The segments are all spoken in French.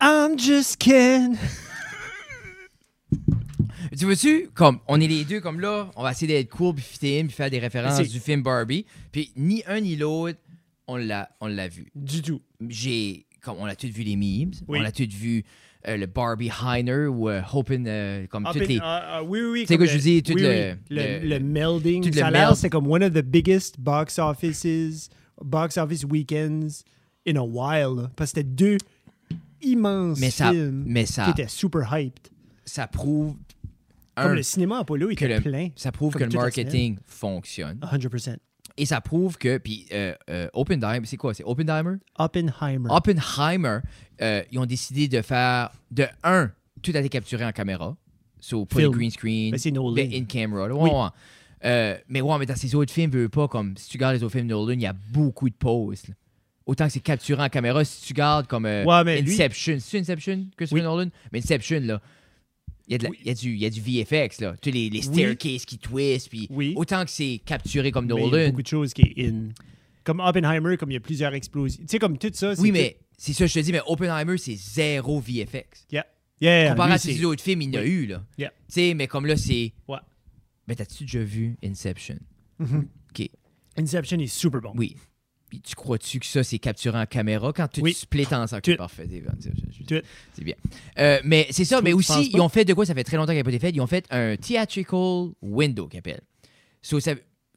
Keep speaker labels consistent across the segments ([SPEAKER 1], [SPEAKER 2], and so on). [SPEAKER 1] I'm just kidding.
[SPEAKER 2] Tu vois-tu, comme on est les deux comme là, on va essayer d'être cool, puis fitter in, puis faire des références
[SPEAKER 1] C'est-
[SPEAKER 2] du film Barbie. Puis ni un ni l'autre, on l'a, on l'a vu.
[SPEAKER 1] Du tout.
[SPEAKER 2] J'ai, comme on a tous vu les memes,
[SPEAKER 1] Oui.
[SPEAKER 2] on a tous vu euh, le Barbie Heiner ou euh, Hopin, euh, comme
[SPEAKER 1] Ah,
[SPEAKER 2] toutes
[SPEAKER 1] ben,
[SPEAKER 2] les.
[SPEAKER 1] ah, ah, oui, oui, oui.
[SPEAKER 2] Tu sais
[SPEAKER 1] comme
[SPEAKER 2] quoi, je dis, tout
[SPEAKER 1] oui,
[SPEAKER 2] le-
[SPEAKER 1] oui, le,
[SPEAKER 2] le-
[SPEAKER 1] le melding.
[SPEAKER 2] tout le
[SPEAKER 1] ça a l'air,
[SPEAKER 2] meld.
[SPEAKER 1] c'est comme one of the biggest box offices, box office weekends in a while. là. Parce que c'était deux immenses
[SPEAKER 2] Mais ça,
[SPEAKER 1] films
[SPEAKER 2] mais
[SPEAKER 1] qui
[SPEAKER 2] ça,
[SPEAKER 1] étaient super hyped.
[SPEAKER 2] ça prouve
[SPEAKER 1] Comme
[SPEAKER 2] un,
[SPEAKER 1] le cinéma Apollo
[SPEAKER 2] que
[SPEAKER 1] était
[SPEAKER 2] le-
[SPEAKER 1] plein.
[SPEAKER 2] ça prouve
[SPEAKER 1] comme
[SPEAKER 2] que le
[SPEAKER 1] toute la semaine.
[SPEAKER 2] marketing fonctionne
[SPEAKER 1] Ah. 100%.
[SPEAKER 2] et ça prouve que puis euh, euh, Oppenheimer, c'est quoi, c'est Oppenheimer?
[SPEAKER 1] Oppenheimer.
[SPEAKER 2] Oppenheimer, euh, ils ont décidé de faire de un, tout a été capturé en caméra. So, pas les
[SPEAKER 1] Film.
[SPEAKER 2] green screen,
[SPEAKER 1] Ben, c'est Nolan.
[SPEAKER 2] ben, in camera. là. Ouais,
[SPEAKER 1] Oui.
[SPEAKER 2] ouais. Euh, mais ouais, mais dans ces autres films, veux, veux pas comme si tu regardes les autres films de Nolan, il y a beaucoup de pauses. là. Autant que c'est capturé en caméra, si tu regardes comme euh,
[SPEAKER 1] Ouais, mais lui-
[SPEAKER 2] Inception, c'est Inception, Christopher Nolan, mais Inception là, il y a de la-
[SPEAKER 1] Oui.
[SPEAKER 2] il y a du il y a du VFX là, tu sais, les, les
[SPEAKER 1] Oui.
[SPEAKER 2] staircases qui twistent puis
[SPEAKER 1] Oui.
[SPEAKER 2] autant que c'est capturé comme
[SPEAKER 1] Mais il y a
[SPEAKER 2] Nolan.
[SPEAKER 1] beaucoup de choses qui est in. Comme Oppenheimer, comme il y a plusieurs explosions. Tu sais, comme tout ça. c'est
[SPEAKER 2] Oui,
[SPEAKER 1] tout-
[SPEAKER 2] mais c'est ça que je te dis, mais Oppenheimer c'est zéro VFX.
[SPEAKER 1] Yeah. Yeah, yeah,
[SPEAKER 2] Comparé
[SPEAKER 1] lui,
[SPEAKER 2] à ces
[SPEAKER 1] c'est-
[SPEAKER 2] autres films, il y en a
[SPEAKER 1] Oui.
[SPEAKER 2] eu, là.
[SPEAKER 1] Yeah.
[SPEAKER 2] Tu sais, mais comme là, c'est.
[SPEAKER 1] Ouais.
[SPEAKER 2] Mais t'as-tu déjà vu Inception? OK.
[SPEAKER 1] Inception est super bon.
[SPEAKER 2] Oui. Puis tu crois-tu que ça, c'est capturé en caméra quand tu
[SPEAKER 1] Oui.
[SPEAKER 2] te splits en ça?
[SPEAKER 1] Tu-
[SPEAKER 2] Parfait. c'est bien, Inception, je-
[SPEAKER 1] Tu-
[SPEAKER 2] C'est bien. Euh, mais c'est ça,
[SPEAKER 1] Tu
[SPEAKER 2] mais
[SPEAKER 1] trouves- tu
[SPEAKER 2] aussi,
[SPEAKER 1] penses pas?
[SPEAKER 2] ils ont fait de quoi? Ça fait très longtemps qu'il n'y a pas été fait. Ils ont fait un theatrical window, qu'ils appellent. So, ça-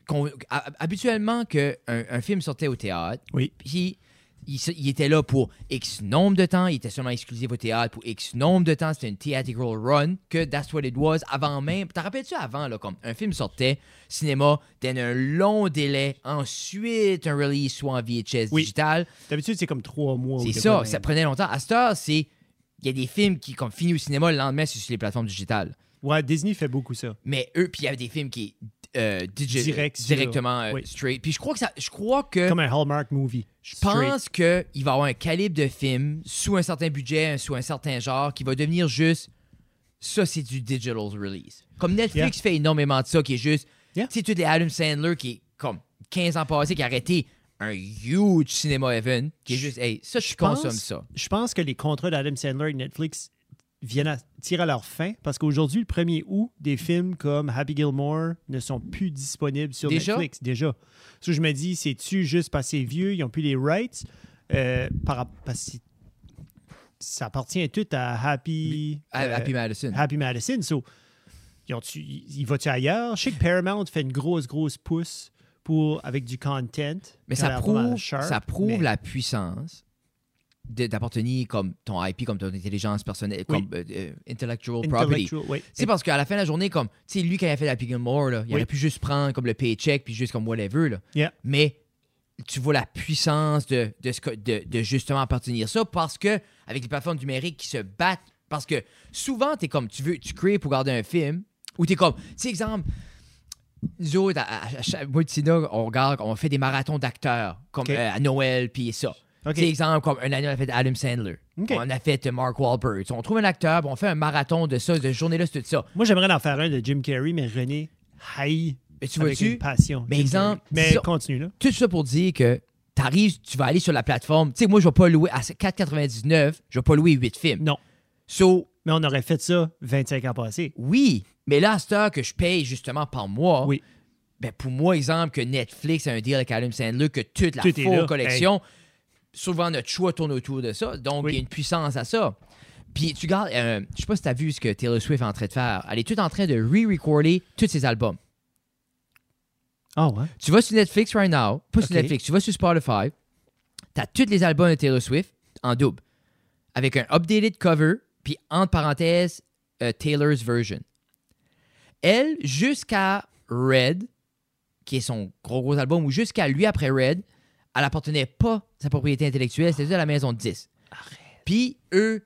[SPEAKER 2] qu'on- hab- habituellement, qu'un un film sortait au théâtre,
[SPEAKER 1] Oui.
[SPEAKER 2] puis il, se- il était là pour X nombre de temps, il était seulement exclusif au théâtre pour X nombre de temps, c'était une theatrical run, que That's What It Was, avant même, t'en rappelles-tu avant, là, comme un film sortait, cinéma, then un long délai, ensuite un release soit en
[SPEAKER 1] Oui.
[SPEAKER 2] VHS
[SPEAKER 1] Oh,
[SPEAKER 2] digital,
[SPEAKER 1] D'habitude, c'est comme trois mois. ou
[SPEAKER 2] c'est
[SPEAKER 1] quelque
[SPEAKER 2] ça,
[SPEAKER 1] chose.
[SPEAKER 2] ça prenait longtemps. À cette heure, c'est, il y a des films qui, comme finis au cinéma, le lendemain, c'est sur les plateformes digitales.
[SPEAKER 1] Ouais, Disney fait beaucoup ça.
[SPEAKER 2] Mais eux, puis il y avait des films qui euh, digi-
[SPEAKER 1] Direct sur-
[SPEAKER 2] directement euh,
[SPEAKER 1] oui.
[SPEAKER 2] straight. Puis je crois que ça, je crois que
[SPEAKER 1] Comme un Hallmark movie.
[SPEAKER 2] je pense qu'il va y avoir un calibre de film sous un certain budget, sous un certain genre, qui va devenir juste ça, c'est du digital release. Comme Netflix fait énormément de ça, qui est juste,
[SPEAKER 1] Yeah.
[SPEAKER 2] tu sais, tous les Adam Sandler qui est comme 15 ans passé, qui a arrêté un huge cinéma event, qui est juste, hey, ça, je,
[SPEAKER 1] pense-
[SPEAKER 2] consomme ça.
[SPEAKER 1] Je pense que les contrats d'Adam Sandler et Netflix viennent à tirer à leur fin parce qu'aujourd'hui, le 1er août, des films comme Happy Gilmore ne sont plus disponibles sur
[SPEAKER 2] Déjà?
[SPEAKER 1] Netflix déjà. Ça, je me dis, c'est-tu juste parce que c'est vieux, ils n'ont plus les rights euh, par, rap- parce que ça appartient tout à Happy,
[SPEAKER 2] À-
[SPEAKER 1] euh,
[SPEAKER 2] Happy Madison.
[SPEAKER 1] Happy Madison. So, ils ont-tu- il va-tu ailleurs? Je sais que Paramount fait une grosse, grosse pousse pour, avec du content. Ils ont
[SPEAKER 2] Mais ça
[SPEAKER 1] l'air pas mal
[SPEAKER 2] prouve,
[SPEAKER 1] sharp,
[SPEAKER 2] ça prouve
[SPEAKER 1] mais-
[SPEAKER 2] la puissance de- d'appartenir comme ton IP, comme ton intelligence personnelle,
[SPEAKER 1] Oui.
[SPEAKER 2] comme euh, euh, intellectual property.
[SPEAKER 1] Intellectual, oui.
[SPEAKER 2] C'est parce qu'à la fin de la journée, comme, tu sais, lui, quand il a fait la Pig More, là, il
[SPEAKER 1] Oui.
[SPEAKER 2] aurait pu juste prendre comme le paycheck, puis juste comme whatever, là.
[SPEAKER 1] Yeah.
[SPEAKER 2] Mais tu vois la puissance de, de, ce que- de- de justement appartenir ça parce que, avec les plateformes numériques qui se battent, parce que souvent, t'es comme, tu veux, tu crées pour garder un film, ou t'es comme, tu sais, exemple, nous autres, à, à- à chaque- moi et Tina, on regarde, on fait des marathons d'acteurs, comme
[SPEAKER 1] Ok.
[SPEAKER 2] euh, à Noël, puis ça.
[SPEAKER 1] Ok.
[SPEAKER 2] Tu sais, exemple, comme un année, on a fait Adam Sandler.
[SPEAKER 1] Ok.
[SPEAKER 2] On a fait euh, Mark Wahlberg. On trouve un acteur, puis on fait un marathon de ça, de journée-là, c'est tout ça.
[SPEAKER 1] Moi, j'aimerais en faire un de Jim Carrey, mais René haït
[SPEAKER 2] Mais tu
[SPEAKER 1] avec une
[SPEAKER 2] vois-tu,
[SPEAKER 1] passion.
[SPEAKER 2] Mais
[SPEAKER 1] Jim
[SPEAKER 2] exemple,
[SPEAKER 1] Carrey. Mais
[SPEAKER 2] ça-
[SPEAKER 1] continue, là.
[SPEAKER 2] tout ça pour dire que t'arrives, tu vas aller sur la plateforme. Tu sais, moi, je vais pas louer, à 4,99, je vais pas louer 8 films.
[SPEAKER 1] Non.
[SPEAKER 2] So,
[SPEAKER 1] Mais on aurait fait ça 25 ans passés.
[SPEAKER 2] oui, mais là, à cette heure que je paye justement par mois,
[SPEAKER 1] Oui.
[SPEAKER 2] ben pour moi, exemple, que Netflix a un deal avec Adam Sandler, que toute la
[SPEAKER 1] Tout est
[SPEAKER 2] full
[SPEAKER 1] là,
[SPEAKER 2] collection, souvent notre choix tourne autour de ça. Donc, il
[SPEAKER 1] Oui.
[SPEAKER 2] y a une puissance à ça. Puis tu gardes, euh, je sais pas si t'as vu ce que Taylor Swift est en train de faire. Elle est toute en train de re-recorder tous ses albums.
[SPEAKER 1] Ah ouais?
[SPEAKER 2] Tu vas sur Netflix right now, pas sur
[SPEAKER 1] Ok.
[SPEAKER 2] Netflix, tu vas sur Spotify, t'as tous les albums de Taylor Swift en double, avec un updated cover, puis entre parenthèses, euh, Taylor's version. Elle, jusqu'à Red, qui est son gros gros album, ou jusqu'à lui après Red, elle appartenait pas à sa propriété intellectuelle, c'était à la maison de 10. Puis eux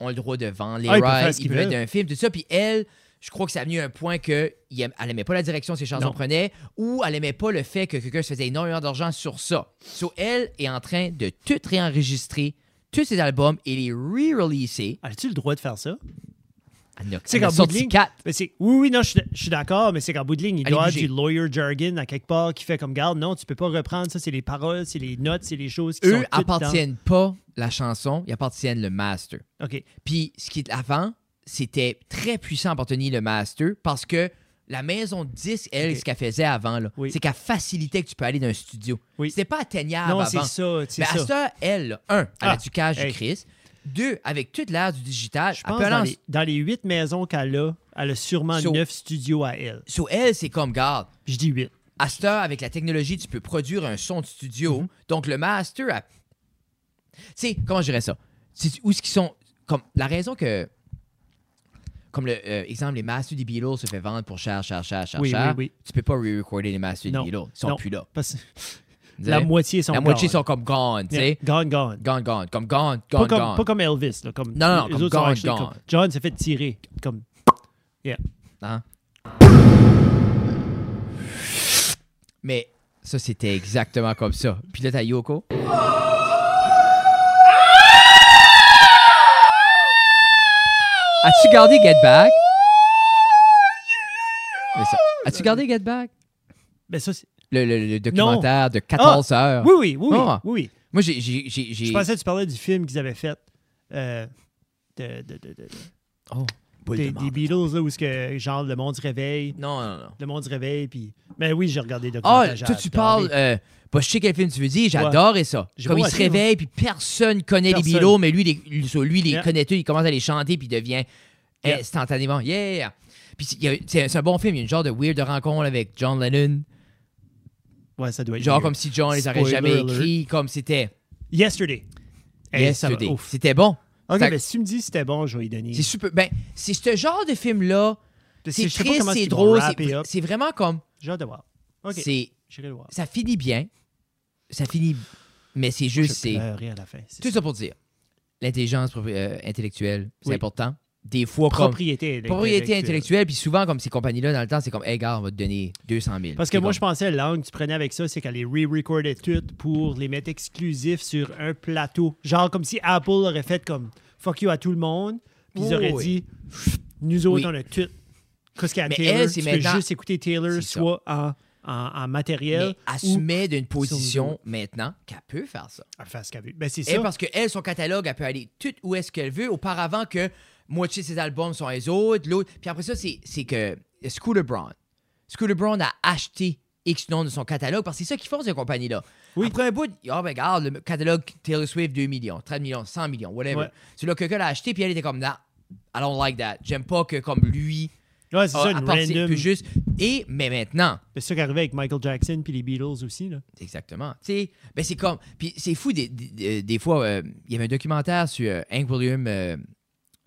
[SPEAKER 2] ont le droit de vendre les
[SPEAKER 1] Ah, ils peuvent faire
[SPEAKER 2] rights,
[SPEAKER 1] ce
[SPEAKER 2] ils
[SPEAKER 1] qu'ils
[SPEAKER 2] peuvent être
[SPEAKER 1] veulent.
[SPEAKER 2] un film, tout ça. Puis elle, je crois que ça a venu à un point qu'elle aimait pas la direction que ses chansons
[SPEAKER 1] Non.
[SPEAKER 2] prenaient ou elle aimait pas le fait que quelqu'un se faisait énormément d'argent sur ça. So elle est en train de tout réenregistrer, tous ses albums et les re-releaser.
[SPEAKER 1] As-tu le droit de faire ça?
[SPEAKER 2] Elle en a-
[SPEAKER 1] C'est
[SPEAKER 2] elle en
[SPEAKER 1] qu'en
[SPEAKER 2] a
[SPEAKER 1] bout de
[SPEAKER 2] sorti
[SPEAKER 1] ligne-
[SPEAKER 2] 4.
[SPEAKER 1] Mais c'est- oui, oui, non, je suis- je suis d'accord, mais c'est qu'en bout de ligne, il
[SPEAKER 2] Allez,
[SPEAKER 1] doit y avoir
[SPEAKER 2] bougez.
[SPEAKER 1] du lawyer jargon à quelque part qui fait comme garde. Non, tu peux pas reprendre ça. C'est les paroles, c'est les notes, c'est les choses qui sont.
[SPEAKER 2] Eux
[SPEAKER 1] toutes
[SPEAKER 2] appartiennent pas la chanson, ils appartiennent le master.
[SPEAKER 1] dans- OK.
[SPEAKER 2] Puis ce qui est avant, c'était très puissant pour tenir le master parce que la maison de disques, elle,
[SPEAKER 1] Ok.
[SPEAKER 2] ce qu'elle faisait avant, là,
[SPEAKER 1] Oui.
[SPEAKER 2] c'est qu'elle facilitait que tu peux aller d'un studio.
[SPEAKER 1] Oui.
[SPEAKER 2] C'était pas atteignable
[SPEAKER 1] non, c'est
[SPEAKER 2] avant.
[SPEAKER 1] ça. C'est
[SPEAKER 2] Mais bah, Ben,
[SPEAKER 1] ça.
[SPEAKER 2] à ça, elle, là, un, elle a
[SPEAKER 1] Ah,
[SPEAKER 2] du cash
[SPEAKER 1] hey.
[SPEAKER 2] du Christ. Deux, avec toute l'ère du digital,
[SPEAKER 1] Je
[SPEAKER 2] elle
[SPEAKER 1] pense
[SPEAKER 2] peut
[SPEAKER 1] dans,
[SPEAKER 2] lancer-
[SPEAKER 1] les, dans les huit maisons qu'elle a, elle a sûrement
[SPEAKER 2] So-
[SPEAKER 1] neuf studios à elle.
[SPEAKER 2] So, elle, c'est comme, garde,
[SPEAKER 1] Je dis huit.
[SPEAKER 2] à cette heure, avec la technologie, tu peux produire un son de studio.
[SPEAKER 1] Mhm.
[SPEAKER 2] Donc, le master a. Tu sais, comment je dirais ça? C'est- Où est-ce qu'ils sont. Comme, la raison que. Comme le euh, exemple, les masters des Beatles se fait vendre pour cher, cher, cher, cher,
[SPEAKER 1] Oui,
[SPEAKER 2] cher.
[SPEAKER 1] oui, oui.
[SPEAKER 2] Tu peux pas re-recorder les masters des
[SPEAKER 1] Non,
[SPEAKER 2] Beatles. Ils sont
[SPEAKER 1] non.
[SPEAKER 2] plus là.
[SPEAKER 1] Parce que
[SPEAKER 2] Vous
[SPEAKER 1] la
[SPEAKER 2] savez?
[SPEAKER 1] moitié sont
[SPEAKER 2] La moitié
[SPEAKER 1] gone.
[SPEAKER 2] sont comme gone, tu sais.
[SPEAKER 1] Yeah, Gone, gone.
[SPEAKER 2] Gone, gone. Comme gone,
[SPEAKER 1] Pas
[SPEAKER 2] gone,
[SPEAKER 1] comme,
[SPEAKER 2] gone.
[SPEAKER 1] pas comme Elvis. Là, comme
[SPEAKER 2] Non, non, non,
[SPEAKER 1] les
[SPEAKER 2] comme
[SPEAKER 1] autres sont
[SPEAKER 2] gone,
[SPEAKER 1] actually
[SPEAKER 2] gone.
[SPEAKER 1] comme- John s'est fait tirer. Comme,
[SPEAKER 2] Hein? Mais ça, c'était exactement comme ça. Puis là, t'as Yoko. As-tu gardé Get Back? Mais ça- As-tu gardé Get Back?
[SPEAKER 1] ben ça, c'est-
[SPEAKER 2] Le, le- le documentaire de 14 heures.
[SPEAKER 1] Ah! oui, oui, oui, oui,
[SPEAKER 2] Ah.
[SPEAKER 1] oui, oui.
[SPEAKER 2] Moi, j'ai- j'ai. j'ai- j'ai-
[SPEAKER 1] Je pensais que tu parlais du film qu'ils avaient fait euh, de- de- de- de-
[SPEAKER 2] Oh, boule de
[SPEAKER 1] des,
[SPEAKER 2] marde.
[SPEAKER 1] des Beatles, là, où ce que, genre, le monde se réveille.
[SPEAKER 2] Non, non, non.
[SPEAKER 1] Le monde se réveille, puis. Mais oui, j'ai regardé le
[SPEAKER 2] Ah,
[SPEAKER 1] documentaire. j'ai
[SPEAKER 2] toi, tu
[SPEAKER 1] adoré.
[SPEAKER 2] parles. Euh, bah, je sais quel film tu veux dire, j'adore et ça.
[SPEAKER 1] J'ai
[SPEAKER 2] Comme
[SPEAKER 1] pas
[SPEAKER 2] il se
[SPEAKER 1] watché,
[SPEAKER 2] réveille, puis personne connaît
[SPEAKER 1] Personne.
[SPEAKER 2] les Beatles, mais lui, les, lui, so- lui, les
[SPEAKER 1] Yeah.
[SPEAKER 2] connaît tous, il commence à les chanter, puis il devient
[SPEAKER 1] Yeah.
[SPEAKER 2] instantanément. Yeah! Puis c'est- il y a- c'est c'est un bon film, il y a une genre de weird rencontre avec John Lennon.
[SPEAKER 1] Ouais, ça doit être.
[SPEAKER 2] euh, Genre
[SPEAKER 1] weird.
[SPEAKER 2] comme si John les aurait
[SPEAKER 1] Spoiler
[SPEAKER 2] jamais
[SPEAKER 1] alert.
[SPEAKER 2] écrits, comme c'était.
[SPEAKER 1] Yesterday. Hey, ça va-
[SPEAKER 2] Yesterday.
[SPEAKER 1] ouf.
[SPEAKER 2] C'était bon.
[SPEAKER 1] Ok,
[SPEAKER 2] Ça-
[SPEAKER 1] mais si tu me dis si c'était bon, je vais y donner.
[SPEAKER 2] C'est super. Ben, c'est ce genre de film-là. C'est
[SPEAKER 1] Je sais pas
[SPEAKER 2] triste,
[SPEAKER 1] comment
[SPEAKER 2] c'est
[SPEAKER 1] ils vont
[SPEAKER 2] drôle,
[SPEAKER 1] wrapper
[SPEAKER 2] c'est-
[SPEAKER 1] up.
[SPEAKER 2] c'est vraiment comme.
[SPEAKER 1] J'ai hâte de voir. Ok.
[SPEAKER 2] c'est
[SPEAKER 1] J'irai le voir.
[SPEAKER 2] Ça finit bien. Ça finit. Mais c'est
[SPEAKER 1] Je
[SPEAKER 2] juste. c'est-
[SPEAKER 1] pleurer à la fin. C'est
[SPEAKER 2] Tout ça pour dire, l'intelligence propri- euh, intellectuelle, c'est
[SPEAKER 1] Oui.
[SPEAKER 2] important. Des fois, comme-
[SPEAKER 1] Propriété.
[SPEAKER 2] propriété intellectuelle, puis souvent, comme ces compagnies-là, dans le temps, c'est comme, hey, gars, on va te donner 200 000.
[SPEAKER 1] Parce que
[SPEAKER 2] Puis
[SPEAKER 1] moi,
[SPEAKER 2] comme-
[SPEAKER 1] je pensais, l'angle que tu prenais avec ça, c'est qu'elle les re-recordait toutes pour les mettre exclusifs sur un plateau. Genre comme si Apple aurait fait comme fuck you à tout le monde, puis ils
[SPEAKER 2] Oui,
[SPEAKER 1] auraient
[SPEAKER 2] oui.
[SPEAKER 1] dit nous autres,
[SPEAKER 2] Oui.
[SPEAKER 1] on a tout. Qu'est-ce qu'il y a à
[SPEAKER 2] Mais
[SPEAKER 1] Taylor
[SPEAKER 2] elle, c'est
[SPEAKER 1] Tu peux
[SPEAKER 2] maintenant-
[SPEAKER 1] juste écouter Taylor
[SPEAKER 2] C'est ça.
[SPEAKER 1] soit en, en, en matériel
[SPEAKER 2] Mais elle se
[SPEAKER 1] ou
[SPEAKER 2] met d'une position maintenant qu'elle peut faire ça.
[SPEAKER 1] à faire ce qu'elle veut. Ben, c'est
[SPEAKER 2] Et
[SPEAKER 1] ça.
[SPEAKER 2] parce que elle, son catalogue, elle peut aller tout où est-ce qu'elle veut, auparavant que moitié de ses albums sont les autres, l'autre. Puis après ça, c'est c'est que Scooter Braun. Scooter Braun a acheté X nom de son catalogue parce que c'est ça qu'ils font, ces compagnies-là.
[SPEAKER 1] Oui.
[SPEAKER 2] Après un bout, ah ben regarde, le catalogue Taylor Swift, 2 millions, 30 millions, 100 millions, whatever.
[SPEAKER 1] Ouais.
[SPEAKER 2] C'est là que quelqu'un l'a acheté, puis elle était comme, non, I don't like that. J'aime pas que comme lui,
[SPEAKER 1] Ouais, c'est
[SPEAKER 2] a
[SPEAKER 1] ça, une
[SPEAKER 2] apporté-
[SPEAKER 1] random. Ben,
[SPEAKER 2] puis juste. Et, mais maintenant,
[SPEAKER 1] C'est ça qui arrivait avec Michael Jackson puis les Beatles aussi. Là.
[SPEAKER 2] Exactement. Tu sais, ben c'est comme. Puis c'est fou, des, des- des- des fois, euh, il y avait un documentaire sur euh, Hank William, euh,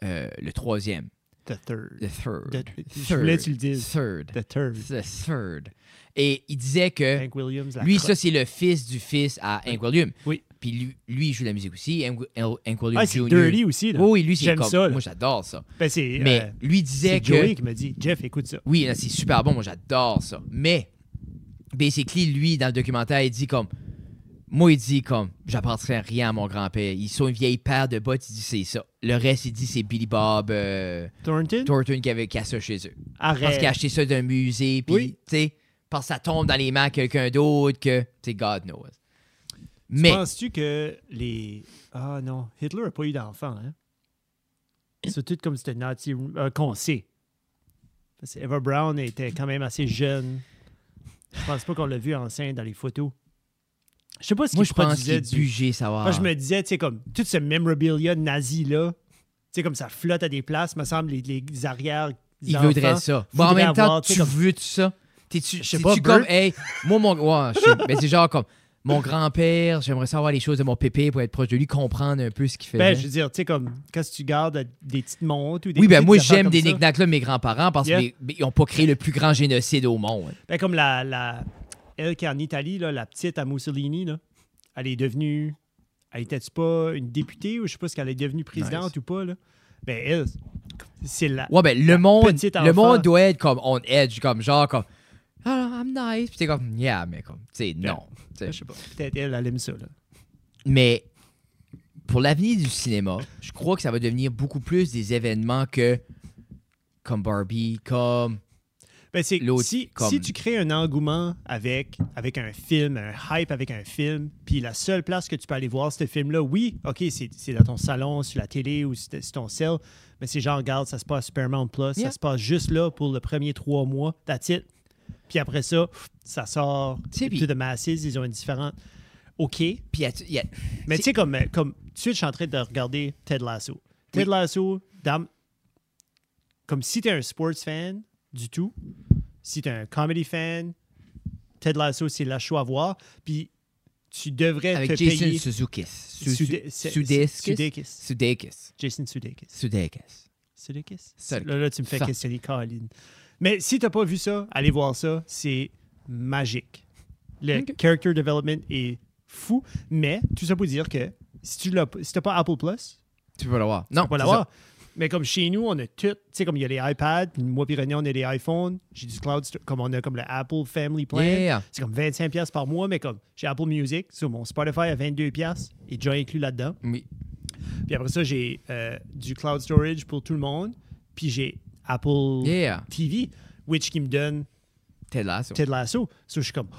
[SPEAKER 2] euh, le troisième.
[SPEAKER 1] The Third.
[SPEAKER 2] The third.
[SPEAKER 1] The- je voulais que tu le dises.
[SPEAKER 2] Third.
[SPEAKER 1] The Third.
[SPEAKER 2] The third. Et il disait que
[SPEAKER 1] Hank Williams. la
[SPEAKER 2] lui,
[SPEAKER 1] crotte.
[SPEAKER 2] ça, c'est le fils du fils à Hank William.
[SPEAKER 1] Oui.
[SPEAKER 2] Puis lui, lui, il joue de la musique aussi. Hank, Hank William
[SPEAKER 1] Ah, c'est
[SPEAKER 2] Jr.
[SPEAKER 1] dirty aussi. Là.
[SPEAKER 2] Oui, oui, lui, c'est
[SPEAKER 1] J'aime
[SPEAKER 2] comme-
[SPEAKER 1] ça, là.
[SPEAKER 2] Moi, j'adore ça.
[SPEAKER 1] Ben, c'est,
[SPEAKER 2] Mais
[SPEAKER 1] euh,
[SPEAKER 2] lui disait
[SPEAKER 1] c'est
[SPEAKER 2] que.
[SPEAKER 1] Joey qui m'a dit Jeff, écoute ça.
[SPEAKER 2] Oui, là, c'est super bon. Moi, j'adore ça. Mais, basically, lui, dans le documentaire, il dit comme. Moi, il dit comme. J'apporterai rien à mon grand-père. Ils sont une vieille paire de bottes. Il dit c'est ça. Le reste, il dit c'est Billy Bob euh,
[SPEAKER 1] Thornton,
[SPEAKER 2] Thornton qui avait cassé ça chez eux. Parce
[SPEAKER 1] arrête.
[SPEAKER 2] qu'il a acheté ça d'un musée. Puis,
[SPEAKER 1] Oui.
[SPEAKER 2] tu sais, parce que ça tombe dans les mains à quelqu'un d'autre que. Tu sais, God knows. Mais.
[SPEAKER 1] Penses-tu que les. Ah non, Hitler n'a pas eu d'enfant, hein? C'est tout comme c'était nazi. euh, qu'on sait. Parce que Eva Brown était quand même assez jeune. Je pense pas qu'on l'a vu enceinte dans les photos. Je sais pas ce
[SPEAKER 2] Moi,
[SPEAKER 1] qu'il
[SPEAKER 2] je pense qu'il
[SPEAKER 1] produisait
[SPEAKER 2] est
[SPEAKER 1] du
[SPEAKER 2] bugé, savoir.
[SPEAKER 1] Moi, je me disais, tu sais, comme tout ce memorabilia nazi-là, tu sais, comme ça flotte à des places, me semble, les, les arrières.
[SPEAKER 2] Il voudrait ça. Mais en
[SPEAKER 1] voudraient
[SPEAKER 2] même temps,
[SPEAKER 1] avoir, tu
[SPEAKER 2] tu
[SPEAKER 1] sais, comme-
[SPEAKER 2] veux tout ça. T'es-tu
[SPEAKER 1] sais
[SPEAKER 2] t'es-tu
[SPEAKER 1] pas,
[SPEAKER 2] comme,
[SPEAKER 1] Bert.
[SPEAKER 2] hey, moi, mon. Ouais, je sais. Mais c'est genre comme, mon grand-père, j'aimerais savoir les choses de mon pépé pour être proche de lui, comprendre un peu ce qu'il fait.
[SPEAKER 1] Ben, je veux dire, tu sais, comme quand tu gardes des petites montres ou des
[SPEAKER 2] hein. oui, ben
[SPEAKER 1] petites
[SPEAKER 2] moi,
[SPEAKER 1] affaires
[SPEAKER 2] j'aime
[SPEAKER 1] comme
[SPEAKER 2] des
[SPEAKER 1] ça.
[SPEAKER 2] knick-knacks là de mes grands-parents parce
[SPEAKER 1] Yeah.
[SPEAKER 2] qu'ils n'ont pas créé le plus grand génocide au monde.
[SPEAKER 1] Ben, comme la, la. Elle qui est en Italie, là, la petite à Mussolini, là, elle est devenue. Elle était-tu pas une députée ou je sais pas si elle est devenue présidente
[SPEAKER 2] Nice.
[SPEAKER 1] ou pas, là? Ben, elle, c'est la.
[SPEAKER 2] Ouais, ben, le monde,
[SPEAKER 1] petite
[SPEAKER 2] le
[SPEAKER 1] enfant.
[SPEAKER 2] monde doit être comme on edge, comme genre, comme, ah, I'm nice. Puis t'es comme, yeah, mais comme, tu sais, non. tu sais.
[SPEAKER 1] Ben, Je sais pas. Peut-être elle, elle aime ça, là.
[SPEAKER 2] Mais pour l'avenir du cinéma, je crois que ça va devenir beaucoup plus des événements que comme Barbie, comme.
[SPEAKER 1] Ben, c'est
[SPEAKER 2] L'autre,
[SPEAKER 1] si,
[SPEAKER 2] comme-
[SPEAKER 1] si tu crées un engouement avec, avec un film, un hype avec un film, puis la seule place que tu peux aller voir ce film-là, oui, OK, c'est c'est dans ton salon, sur la télé ou sur sur ton cell, mais c'est genre, regarde, ça se passe à Superman Plus,
[SPEAKER 2] Yeah.
[SPEAKER 1] ça se passe juste là pour le premier trois mois, that's it. Puis après ça, ça sort
[SPEAKER 2] Tu sais,
[SPEAKER 1] to
[SPEAKER 2] puis-
[SPEAKER 1] the masses, ils ont une différente. OK,
[SPEAKER 2] Puis, il y a- il y a-
[SPEAKER 1] mais
[SPEAKER 2] C'est-
[SPEAKER 1] tu sais, comme, euh, comme tout de suite, je suis en train de regarder Ted Lasso. Ted
[SPEAKER 2] Oui.
[SPEAKER 1] Lasso, dame, comme si tu es un sports fan du tout, si tu es un comedy fan, Ted Lasso, c'est la choix à voir. Puis tu devrais
[SPEAKER 2] avec
[SPEAKER 1] te
[SPEAKER 2] Jason
[SPEAKER 1] payer.
[SPEAKER 2] Suzuki. Su-
[SPEAKER 1] Sude-
[SPEAKER 2] Su-
[SPEAKER 1] c'est-
[SPEAKER 2] Sudeikis.
[SPEAKER 1] Sudeikis.
[SPEAKER 2] Sudeikis.
[SPEAKER 1] Jason Sudeikis.
[SPEAKER 2] Sudeikis.
[SPEAKER 1] Sudeikis?
[SPEAKER 2] Sudeikis.
[SPEAKER 1] Là, là, tu me fais
[SPEAKER 2] Fuck.
[SPEAKER 1] questionner, Colin. Mais si t'as pas vu ça, allez voir ça. C'est magique. Le
[SPEAKER 2] Ok.
[SPEAKER 1] character development est fou, mais tout ça pour dire que si tu l'as p- si t'as pas Apple Plus,
[SPEAKER 2] Tu peux l'avoir. Non,
[SPEAKER 1] on va
[SPEAKER 2] c'est
[SPEAKER 1] l'avoir.
[SPEAKER 2] ça.
[SPEAKER 1] Mais comme chez nous, on a tout, tu sais, comme il y a les iPads, puis moi puis René, on a les iPhones, j'ai du cloud, st- comme on a comme le Apple Family Plan.
[SPEAKER 2] Yeah.
[SPEAKER 1] C'est comme 25$ piastres par mois, mais comme j'ai Apple Music, sur mon Spotify à 22$, piastres, il est déjà inclus là-dedans.
[SPEAKER 2] Oui.
[SPEAKER 1] Puis après ça, j'ai euh, du cloud storage pour tout le monde, puis j'ai Apple
[SPEAKER 2] Yeah.
[SPEAKER 1] TV, which qui me donne
[SPEAKER 2] Ted Lasso.
[SPEAKER 1] Ted Lasso. So, je suis comme, oh,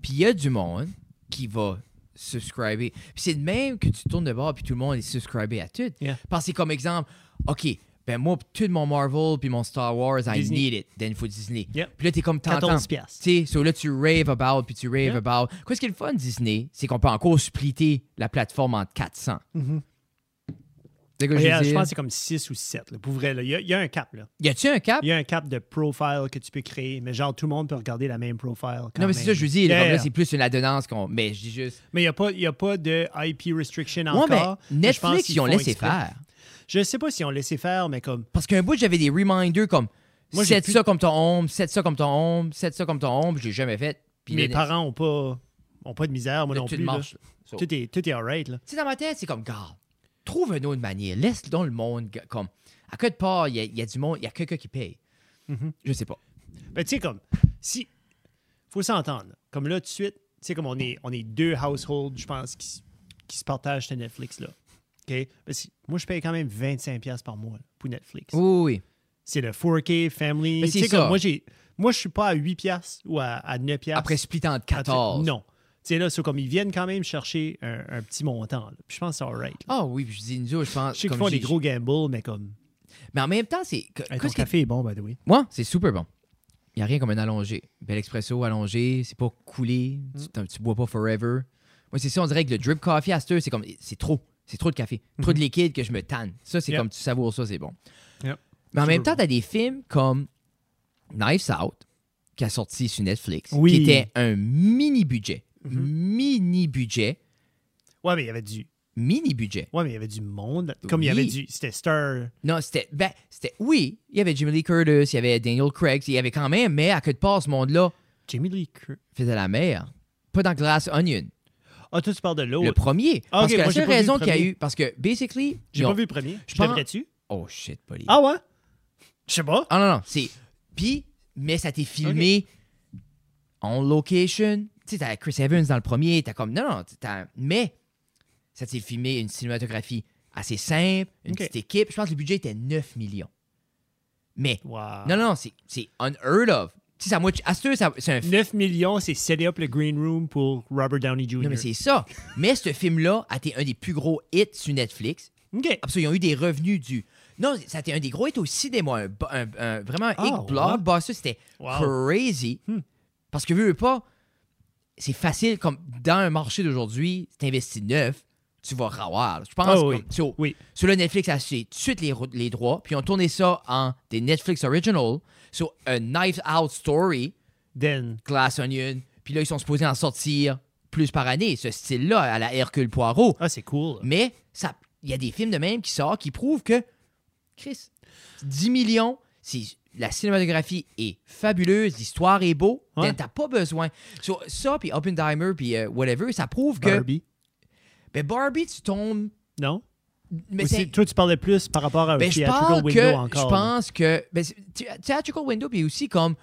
[SPEAKER 2] Puis il y a du monde qui va subscriber. Puis c'est de même que tu tournes de bord puis tout le monde est subscribé à tout.
[SPEAKER 1] Yeah.
[SPEAKER 2] Parce que comme exemple, OK, ben moi, pour tout mon Marvel puis mon Star Wars,
[SPEAKER 1] Disney.
[SPEAKER 2] I need it. Then il faut Disney.
[SPEAKER 1] Yep.
[SPEAKER 2] Puis là, t'es comme t'entends.
[SPEAKER 1] 14 piastres.
[SPEAKER 2] Tu sais, so là, tu rave about puis tu rave
[SPEAKER 1] Yeah.
[SPEAKER 2] about. Quoi, ce qui est le fun, Disney, c'est qu'on peut encore splitter la plateforme en 400. C'est que je
[SPEAKER 1] Mm-hmm. Yeah,
[SPEAKER 2] veux
[SPEAKER 1] je
[SPEAKER 2] dire.
[SPEAKER 1] pense que c'est comme 6 ou 7, là, pour vrai. là. Il y, a- il y a un cap, là.
[SPEAKER 2] Y a-tu un cap?
[SPEAKER 1] Il y a un cap de profile que tu peux créer, mais genre tout le monde peut regarder la même profile. quand
[SPEAKER 2] Non, mais c'est
[SPEAKER 1] même.
[SPEAKER 2] ça, je veux dire.
[SPEAKER 1] Yeah,
[SPEAKER 2] Comme là,
[SPEAKER 1] yeah.
[SPEAKER 2] c'est plus une adonnance qu'on. Mais je dis juste.
[SPEAKER 1] Mais il n'y a, pas- il y a pas de IP restriction
[SPEAKER 2] Ouais,
[SPEAKER 1] encore.
[SPEAKER 2] mais
[SPEAKER 1] mais je pense
[SPEAKER 2] Netflix,
[SPEAKER 1] qu'ils
[SPEAKER 2] ils ont
[SPEAKER 1] font
[SPEAKER 2] laissé
[SPEAKER 1] exprès.
[SPEAKER 2] faire.
[SPEAKER 1] Je sais pas s'ils ont laissé faire, mais comme.
[SPEAKER 2] Parce qu'un bout, j'avais des reminders comme
[SPEAKER 1] Moi, j'ai
[SPEAKER 2] set
[SPEAKER 1] plus-
[SPEAKER 2] ça comme ton ombre, set ça comme ton ombre, set ça comme ton ombre, j'ai jamais fait. Puis
[SPEAKER 1] mes
[SPEAKER 2] là,
[SPEAKER 1] parents n'ont pas, ont pas de misère, moi
[SPEAKER 2] là,
[SPEAKER 1] non
[SPEAKER 2] tout
[SPEAKER 1] plus. là.
[SPEAKER 2] marche, là. So, Tu
[SPEAKER 1] Tout est, tout est alright, là.
[SPEAKER 2] sais, dans ma tête, c'est comme, garde, trouve une autre manière, laisse dans le monde, g- comme, à quelque part, il y, a- il y a du monde, il y a quelqu'un qui paye.
[SPEAKER 1] Mm-hmm.
[SPEAKER 2] Je sais pas.
[SPEAKER 1] Ben, tu sais, comme, si. faut s'entendre. Comme là, tout de suite, tu sais, comme on est, on est deux households, je pense, qui, s- qui se partagent ce Netflix, là. OK? Ben, si- moi, je paye quand même 25$ par mois là, pour Netflix.
[SPEAKER 2] Oui, oui, oui.
[SPEAKER 1] C'est le 4K, Family.
[SPEAKER 2] Mais
[SPEAKER 1] Tu
[SPEAKER 2] Ben, c'est
[SPEAKER 1] sais, comme
[SPEAKER 2] ça.
[SPEAKER 1] moi, j'ai. Moi, je suis pas à 8$ ou à, à 9$.
[SPEAKER 2] Après split en
[SPEAKER 1] Ah, tu-
[SPEAKER 2] 14.
[SPEAKER 1] Non. Tu sais, là, c'est comme ils viennent quand même chercher un, un petit montant. là. Puis je pense que c'est alright. là.
[SPEAKER 2] Ah oui, puis je dis, nous, autres, je pense.
[SPEAKER 1] Je sais qu'ils
[SPEAKER 2] comme
[SPEAKER 1] font
[SPEAKER 2] je
[SPEAKER 1] des
[SPEAKER 2] dis-
[SPEAKER 1] gros gambles, mais comme.
[SPEAKER 2] Mais en même temps, c'est. que-
[SPEAKER 1] Hey, ton
[SPEAKER 2] qu'est-ce qui-
[SPEAKER 1] café est bon, by the way.
[SPEAKER 2] Moi, c'est super bon. Il n'y a rien comme un allongé. Bel expresso allongé, c'est pas coulé,
[SPEAKER 1] Mm.
[SPEAKER 2] tu, t'en- tu bois pas forever. Moi, c'est ça, on dirait que le drip coffee à cette heure, c'est comme c'est trop, c'est trop de café, trop de liquide que je me tanne. Ça, c'est
[SPEAKER 1] Mm-hmm. Yep.
[SPEAKER 2] comme tu savoures ça, c'est bon.
[SPEAKER 1] Yep.
[SPEAKER 2] Mais en
[SPEAKER 1] Je
[SPEAKER 2] même
[SPEAKER 1] veux
[SPEAKER 2] temps, tu as des films comme Knives Out, qui a sorti sur Netflix,
[SPEAKER 1] Oui. Mm-hmm.
[SPEAKER 2] qui était un mini budget. Mini budget,
[SPEAKER 1] Ouais, mais il y avait du.
[SPEAKER 2] mini budget.
[SPEAKER 1] Ouais, mais il y avait du monde. Comme il y
[SPEAKER 2] Oui.
[SPEAKER 1] avait du. C'était Star.
[SPEAKER 2] Non, c'était. Ben, c'était. Oui, il y avait Jimmy Lee Curtis, il y avait Daniel Craig, il y avait quand même, mais à que de part, ce monde-là,
[SPEAKER 1] Jamie Lee Curtis.
[SPEAKER 2] faisait la mer. Pas dans Glass Onion,
[SPEAKER 1] Ah, toi, tu parles de
[SPEAKER 2] le
[SPEAKER 1] l'autre.
[SPEAKER 2] premier.
[SPEAKER 1] Ah,
[SPEAKER 2] Parce
[SPEAKER 1] ok,
[SPEAKER 2] que la
[SPEAKER 1] moi, j'ai
[SPEAKER 2] seule
[SPEAKER 1] pas vu le
[SPEAKER 2] raison qu'il y a
[SPEAKER 1] premier.
[SPEAKER 2] eu, parce que basically,
[SPEAKER 1] J'ai
[SPEAKER 2] ils
[SPEAKER 1] pas
[SPEAKER 2] ont-
[SPEAKER 1] vu le premier. Je
[SPEAKER 2] pense-
[SPEAKER 1] devrais-tu?
[SPEAKER 2] Oh shit, Polly.
[SPEAKER 1] Ah ouais? Je sais pas.
[SPEAKER 2] Ah non non, c'est puis mais ça t'est filmé en location. Tu sais, t'as Chris Evans dans le premier, t'as comme non non, t'as mais ça t'est filmé une cinématographie assez simple, une
[SPEAKER 1] Ok.
[SPEAKER 2] petite équipe. Je pense que le budget était 9 millions. Mais
[SPEAKER 1] Wow.
[SPEAKER 2] non non, c'est c'est unheard of. Tu sais, ça moi, à ce ça- c'est un
[SPEAKER 1] 9 millions, c'est set up le green room pour Robert Downey Jr.
[SPEAKER 2] Non, mais c'est ça. mais ce film-là a été un des plus gros hits sur Netflix.
[SPEAKER 1] OK.
[SPEAKER 2] Absolument, ils ont eu des revenus du. Non, ça a été un des gros hits au cinéma. Un, bo- un- un- vraiment un
[SPEAKER 1] Ah,
[SPEAKER 2] hit
[SPEAKER 1] ouais?
[SPEAKER 2] blockbuster. C'était
[SPEAKER 1] Wow. Hmm.
[SPEAKER 2] crazy. Parce que, veux, veux pas, c'est facile. Comme dans un marché d'aujourd'hui, tu investis neuf, tu vas ravoir. Je pense
[SPEAKER 1] Ah,
[SPEAKER 2] que
[SPEAKER 1] oui.
[SPEAKER 2] comme- so,
[SPEAKER 1] Oui.
[SPEAKER 2] so là, Netflix a acheté tout de suite les, ro- les droits, puis ils ont tourné ça en des Netflix Original. So, un Knives Out Story.
[SPEAKER 1] Then.
[SPEAKER 2] Glass Onion. Puis là, ils sont supposés en sortir plus par année, ce style-là, à la Hercule Poirot.
[SPEAKER 1] Ah, c'est cool.
[SPEAKER 2] Mais ça- il y a des films de même qui sortent qui prouvent que, Chris, 10 millions, si la cinématographie est fabuleuse, l'histoire est beau,
[SPEAKER 1] Ouais.
[SPEAKER 2] then t'as pas besoin. So, ça, puis Oppenheimer, puis euh, whatever, ça prouve que...
[SPEAKER 1] Barbie.
[SPEAKER 2] Ben Barbie, tu tombes...
[SPEAKER 1] Non?
[SPEAKER 2] Mais
[SPEAKER 1] Ou
[SPEAKER 2] c'est-
[SPEAKER 1] c'est- Toi, tu parlais plus par rapport à
[SPEAKER 2] ben, je
[SPEAKER 1] Theatrical
[SPEAKER 2] parle
[SPEAKER 1] Window
[SPEAKER 2] que
[SPEAKER 1] encore.
[SPEAKER 2] je
[SPEAKER 1] là.
[SPEAKER 2] pense que ben, c'est- tu- theatrical window puis aussi comme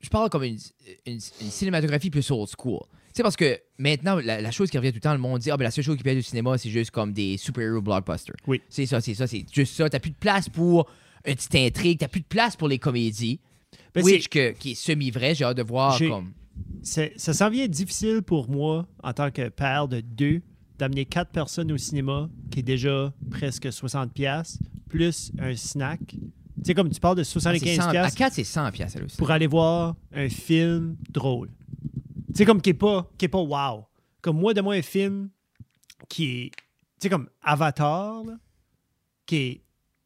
[SPEAKER 2] je parle comme une, une- une cinématographie plus old school tu sais parce que maintenant la, la chose qui revient tout le temps le monde dit ah ben la seule chose qui paye du cinéma c'est juste comme des super héros blockbusters
[SPEAKER 1] Oui.
[SPEAKER 2] c'est ça c'est ça c'est juste ça t'as plus de place pour une petite intrigue, t'as plus de place pour les comédies.
[SPEAKER 1] Ben, c'est-
[SPEAKER 2] Which que- qui est semi-vrai, j'ai hâte de voir
[SPEAKER 1] J'ai-
[SPEAKER 2] comme.
[SPEAKER 1] c'est- ça s'en vient difficile pour moi, en tant que père de deux, d'amener quatre personnes au cinéma, qui est déjà presque 60$, piastres, plus un snack. Tu sais, comme tu parles de
[SPEAKER 2] Ah, C'est 100
[SPEAKER 1] 75$.
[SPEAKER 2] à
[SPEAKER 1] piastres
[SPEAKER 2] 4, c'est 100 piastres, elle aussi.
[SPEAKER 1] pour aller voir un film drôle. Tu sais, comme qui est pas, qui est pas wow. Comme moi, de moi, un film qui est, tu sais, comme Avatar, là, qui est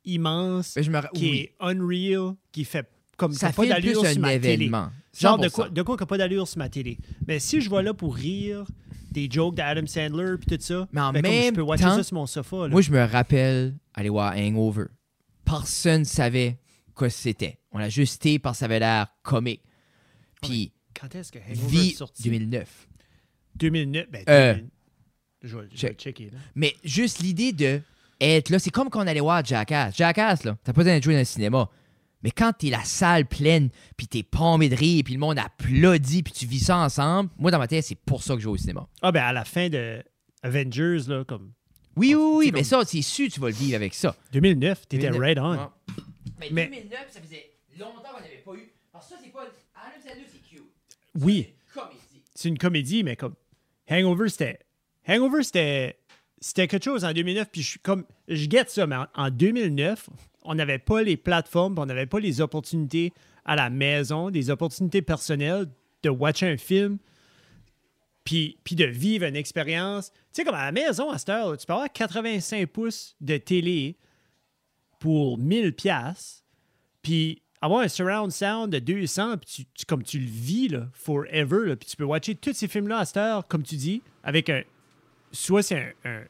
[SPEAKER 1] immense,
[SPEAKER 2] Mais Ben, je me ra-
[SPEAKER 1] qui
[SPEAKER 2] oui.
[SPEAKER 1] est unreal, qui fait comme qui a
[SPEAKER 2] ça
[SPEAKER 1] pas
[SPEAKER 2] fait plus
[SPEAKER 1] d'allure sur
[SPEAKER 2] un
[SPEAKER 1] ma télé.
[SPEAKER 2] événement.
[SPEAKER 1] Genre de
[SPEAKER 2] 100%.
[SPEAKER 1] quoi, de quoi qui a pas d'allure sur ma télé. Mais si je vois là pour rire des jokes d'Adam Sandler puis tout ça,
[SPEAKER 2] Mais en
[SPEAKER 1] ben, comme
[SPEAKER 2] même
[SPEAKER 1] je peux watcher
[SPEAKER 2] temps,
[SPEAKER 1] ça sur mon sofa. là.
[SPEAKER 2] Moi, je me rappelle aller voir Hangover. Personne ne savait quoi c'était. On l'a juste été parce que ça avait l'air comique. Puis,
[SPEAKER 1] Quand est-ce que Hangover est
[SPEAKER 2] vie
[SPEAKER 1] sorti?
[SPEAKER 2] 2009.
[SPEAKER 1] 2009. Ben,
[SPEAKER 2] Euh,
[SPEAKER 1] 2000. Je vais, je vais
[SPEAKER 2] check.
[SPEAKER 1] checker. Là.
[SPEAKER 2] Mais juste l'idée de être là, c'est comme quand on allait voir Jackass. Jackass, là, t'as pas besoin de jouer dans le cinéma. Mais quand t'es la salle pleine, puis t'es pompé de rire, puis le monde applaudit, puis tu vis ça ensemble, moi, dans ma tête, c'est pour ça que je vais au cinéma.
[SPEAKER 1] Ah, ben à la fin de Avengers, là, comme
[SPEAKER 2] Oui, oui, oui,
[SPEAKER 1] C'est
[SPEAKER 2] mais ça, c'est sûr, tu vas le vivre avec ça.
[SPEAKER 1] 2009, t'étais
[SPEAKER 2] 2009,
[SPEAKER 1] right on.
[SPEAKER 2] ouais. Mais,
[SPEAKER 1] Mais-
[SPEAKER 2] 2009, ça faisait longtemps qu'on n'avait pas eu. Parce que ça, c'est pas. Adam Sandler, c'est cute.
[SPEAKER 1] Oui,
[SPEAKER 2] Comédie.
[SPEAKER 1] c'est une comédie, mais comme Hangover, c'était. Hangover, c'était. C'était quelque chose en 2009, puis je suis comme. Je guette ça, mais en, en 2009, on n'avait pas les plateformes, puis on n'avait pas les opportunités à la maison, des opportunités personnelles de watcher un film, puis, puis de vivre une expérience. Tu sais, comme à la maison, à cette heure, tu peux avoir 85 pouces de télé pour 1000 pièces puis avoir un surround sound de 200, puis tu, tu- comme tu le vis, là, forever, là, puis tu peux watcher tous ces films-là à cette heure, comme tu dis, avec un... Soit c'est un, un,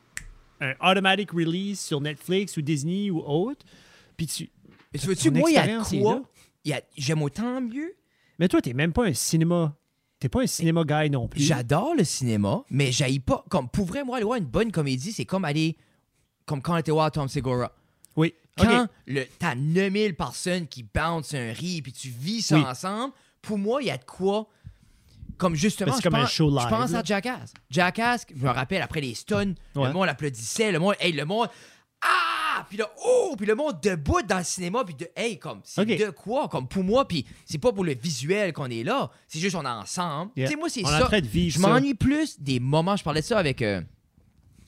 [SPEAKER 1] un automatic release sur Netflix ou Disney ou autre, puis tu...
[SPEAKER 2] Mais tu veux-tu,
[SPEAKER 1] Ton
[SPEAKER 2] moi, il y a
[SPEAKER 1] expérience est là.
[SPEAKER 2] quoi Il y a- J'aime autant mieux.
[SPEAKER 1] Mais toi, t'es même pas un cinéma... T'es pas un cinéma guy non plus.
[SPEAKER 2] J'adore le cinéma, mais j'aille pas. Comme pour vrai, moi, aller voir une bonne comédie, c'est comme aller. Comme quand on était voir Tom Segura.
[SPEAKER 1] Oui. OK.
[SPEAKER 2] Quand le- t'as 9000 personnes qui bouncent un riz puis tu vis ça
[SPEAKER 1] Oui.
[SPEAKER 2] ensemble, pour moi, il y a de quoi. Comme
[SPEAKER 1] Ben,
[SPEAKER 2] justement,
[SPEAKER 1] c'est
[SPEAKER 2] je,
[SPEAKER 1] comme un
[SPEAKER 2] pense,
[SPEAKER 1] show live,
[SPEAKER 2] je pense
[SPEAKER 1] là.
[SPEAKER 2] à Jackass. Jackass, je me rappelle après les stuns,
[SPEAKER 1] Ouais.
[SPEAKER 2] le monde applaudissait, le monde, hey, le monde, ah, puis là, oh, puis le monde debout dans le cinéma, puis de, hey, comme, c'est
[SPEAKER 1] Ok.
[SPEAKER 2] de quoi, comme pour moi, puis c'est pas pour le visuel qu'on est là, c'est juste on est ensemble.
[SPEAKER 1] Yeah.
[SPEAKER 2] Tu sais, moi, c'est
[SPEAKER 1] On est
[SPEAKER 2] ça.
[SPEAKER 1] en train de vivre
[SPEAKER 2] je
[SPEAKER 1] ça.
[SPEAKER 2] m'ennuie plus des moments, je parlais de ça avec. euh,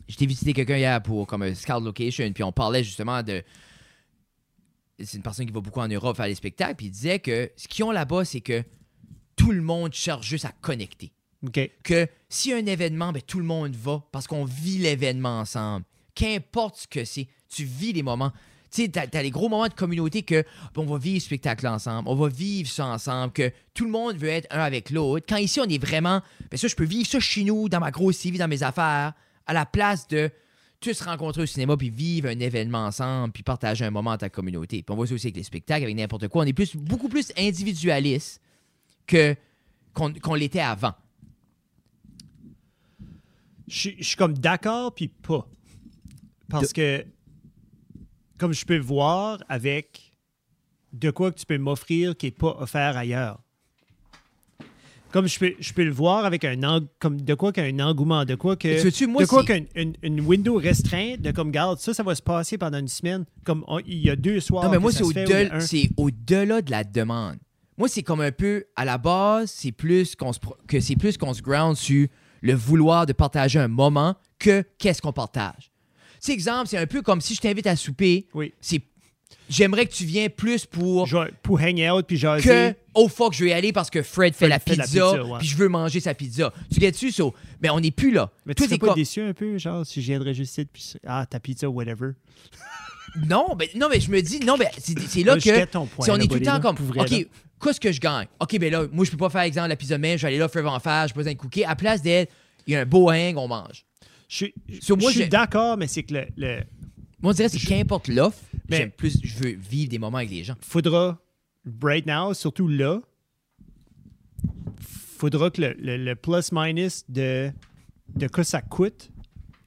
[SPEAKER 2] J'étais visité quelqu'un hier pour comme un scout location, puis on parlait justement de. C'est une personne qui va beaucoup en Europe faire des spectacles, puis il disait que ce qu'ils ont là-bas, c'est que tout le monde cherche juste à connecter
[SPEAKER 1] OK.
[SPEAKER 2] que s'il y a un événement, ben, tout le monde va parce qu'on vit l'événement ensemble. Qu'importe ce que c'est, tu vis les moments. Tu sais, t'as, t'as les gros moments de communauté que ben, on va vivre ce spectacle ensemble, on va vivre ça ensemble, que tout le monde veut être un avec l'autre. Quand ici, on est vraiment, ben ça, je peux vivre ça chez nous, dans ma grosse TV, dans mes affaires, à la place de tous se rencontrer au cinéma puis vivre un événement ensemble puis partager un moment en ta communauté. Puis on voit ça aussi avec les spectacles, avec n'importe quoi. On est plus, beaucoup plus individualiste que, qu'on, qu'on l'était avant.
[SPEAKER 1] je suis- je suis comme d'accord puis pas. Parce que comme je peux voir avec de quoi que tu peux m'offrir qui n'est pas offert ailleurs. Comme je peux, je peux le voir avec un eng- comme de quoi qu'un engouement, de quoi que
[SPEAKER 2] Tu veux-tu, moi,
[SPEAKER 1] de quoi
[SPEAKER 2] c'est-
[SPEAKER 1] qu'une une, une window restreinte de comme garde ça ça va se passer pendant une semaine comme on- il y a deux soirs.
[SPEAKER 2] Non, mais
[SPEAKER 1] que
[SPEAKER 2] moi,
[SPEAKER 1] ça
[SPEAKER 2] c'est
[SPEAKER 1] se fait, ou il y a
[SPEAKER 2] au-delà
[SPEAKER 1] un.
[SPEAKER 2] c'est au-delà de la demande. Moi, c'est comme un peu, à la base, c'est plus qu'on se, pro- que c'est plus qu'on se ground sur le vouloir de partager un moment que qu'est-ce qu'on partage. C'est exemple, c'est un peu comme si je t'invite à souper.
[SPEAKER 1] Oui.
[SPEAKER 2] C'est, j'aimerais que tu viennes plus pour
[SPEAKER 1] Je vais- pour hang out puis jaser.
[SPEAKER 2] que oh fuck je vais y aller parce que Fred fait,
[SPEAKER 1] Fred
[SPEAKER 2] la,
[SPEAKER 1] fait la
[SPEAKER 2] pizza,
[SPEAKER 1] pizza, ouais.
[SPEAKER 2] puis je veux manger sa pizza. Tu gagnes dessus, so, mais on n'est plus là.
[SPEAKER 1] Mais tu
[SPEAKER 2] Toi,
[SPEAKER 1] serais
[SPEAKER 2] t'es
[SPEAKER 1] pas
[SPEAKER 2] comme-
[SPEAKER 1] déçu un peu genre si je viendrais juste ici puis ah ta pizza whatever.
[SPEAKER 2] Non, mais, non, mais je me dis, non, mais c'est c'est là
[SPEAKER 1] Là,
[SPEAKER 2] que.
[SPEAKER 1] je guette ton point,
[SPEAKER 2] si on
[SPEAKER 1] là,
[SPEAKER 2] est tout le
[SPEAKER 1] Bolé,
[SPEAKER 2] temps
[SPEAKER 1] là,
[SPEAKER 2] comme.
[SPEAKER 1] pour vrai, là.
[SPEAKER 2] OK, qu'est-ce que je gagne? OK, ben là, moi, je peux pas faire exemple la pizza mais je vais aller là, faire en faire, je pas besoin de cookie. À place d'être, il y a un beau hang, on mange.
[SPEAKER 1] Je suis- je-
[SPEAKER 2] So, moi,
[SPEAKER 1] je suis
[SPEAKER 2] j'ai-
[SPEAKER 1] d'accord mais c'est que le- le
[SPEAKER 2] Moi, on dirait, c'est qu'importe l'offre,
[SPEAKER 1] Mais-
[SPEAKER 2] j'aime plus, je veux vivre des moments avec les gens.
[SPEAKER 1] faudra, right now, surtout là, faudra que le, le- le plus-minus de, de quoi ça coûte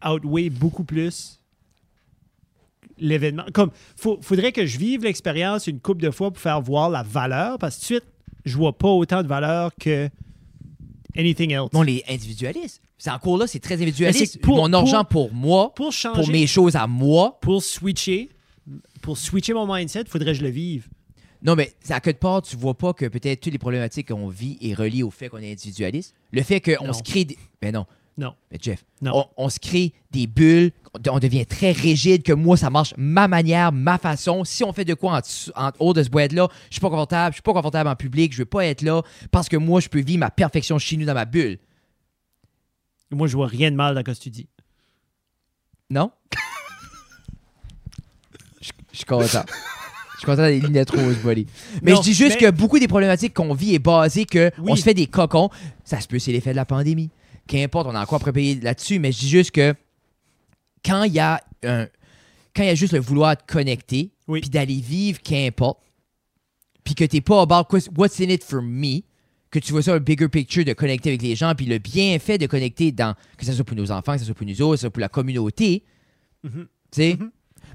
[SPEAKER 1] outweigh beaucoup plus l'événement. Comme, faut- faudrait que je vive l'expérience une couple de fois pour faire voir la valeur, parce que tout de suite, je vois pas autant de valeur que anything else.
[SPEAKER 2] Bon, les individualistes. C'est encore là, c'est très
[SPEAKER 1] Mais
[SPEAKER 2] individualiste.
[SPEAKER 1] c'est pour-
[SPEAKER 2] Mon argent pour, moi,
[SPEAKER 1] pour changer,
[SPEAKER 2] pour mes choses à moi.
[SPEAKER 1] pour switcher pour switcher mon mindset, il faudrait que je le vive.
[SPEAKER 2] Non, mais à quelque part, tu vois pas que peut-être toutes les problématiques qu'on vit est reliées au fait qu'on est individualiste. Le fait qu'on
[SPEAKER 1] Non.
[SPEAKER 2] se crée. Des... Mais non.
[SPEAKER 1] Non.
[SPEAKER 2] Mais Jeff,
[SPEAKER 1] Non.
[SPEAKER 2] On, on se crée des bulles, on de- on devient très rigide, que moi, ça marche ma manière, ma façon. Si on fait de quoi en, dessous- en haut de ce boîte-là, je suis pas confortable, je suis pas confortable en public, je veux pas être là parce que moi, je peux vivre ma perfection chez nous dans ma bulle.
[SPEAKER 1] Moi, je vois rien de mal dans ce que tu dis.
[SPEAKER 2] Non? je, je suis content. Je suis content des lignes roses, Bolly. Mais
[SPEAKER 1] Non,
[SPEAKER 2] je dis juste
[SPEAKER 1] mais-
[SPEAKER 2] que beaucoup des problématiques qu'on vit est basée que
[SPEAKER 1] Oui.
[SPEAKER 2] on se fait des cocons. Ça se peut, c'est l'effet de la pandémie. Qu'importe, on a encore préparé là-dessus, mais je dis juste que quand il y a un. Quand il y a juste le vouloir de connecter,
[SPEAKER 1] Oui.
[SPEAKER 2] puis d'aller vivre, qu'importe, puis que t'es pas about what's- what's in it for me, que tu vois ça, un bigger picture de connecter avec les gens, puis le bienfait de connecter dans, que ce soit pour nos enfants, que ce soit pour nous autres, que ce soit pour la communauté.
[SPEAKER 1] Mhm.
[SPEAKER 2] Tu sais?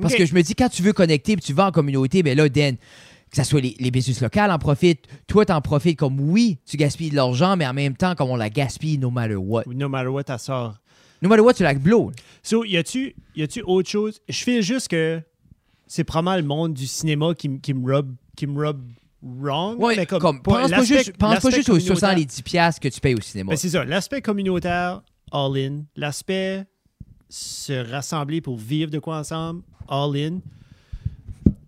[SPEAKER 2] Parce
[SPEAKER 1] Ok.
[SPEAKER 2] que je me dis, quand tu veux connecter, puis tu vas en communauté, ben là, Dan, que ce soit les, les business locales en profitent, toi, t'en profites comme oui, tu gaspilles de l'argent, mais en même temps, comme on la gaspille no matter what.
[SPEAKER 1] No matter what, ta sort.
[SPEAKER 2] No matter what, tu la blow.
[SPEAKER 1] So, y a-tu y a-tu autre chose? Je fais juste que c'est probablement le monde du cinéma qui, m- qui me rub qui me rub wrong.
[SPEAKER 2] Ouais,
[SPEAKER 1] mais comme,
[SPEAKER 2] comme,
[SPEAKER 1] pour
[SPEAKER 2] pense pas
[SPEAKER 1] l'aspect-
[SPEAKER 2] juste, pense pas
[SPEAKER 1] l'aspect
[SPEAKER 2] juste aux
[SPEAKER 1] communautaire.
[SPEAKER 2] 60 les 10 piastres que tu payes au cinéma.
[SPEAKER 1] Ben, c'est ça, l'aspect communautaire, all-in. L'aspect se rassembler pour vivre de quoi ensemble, all-in.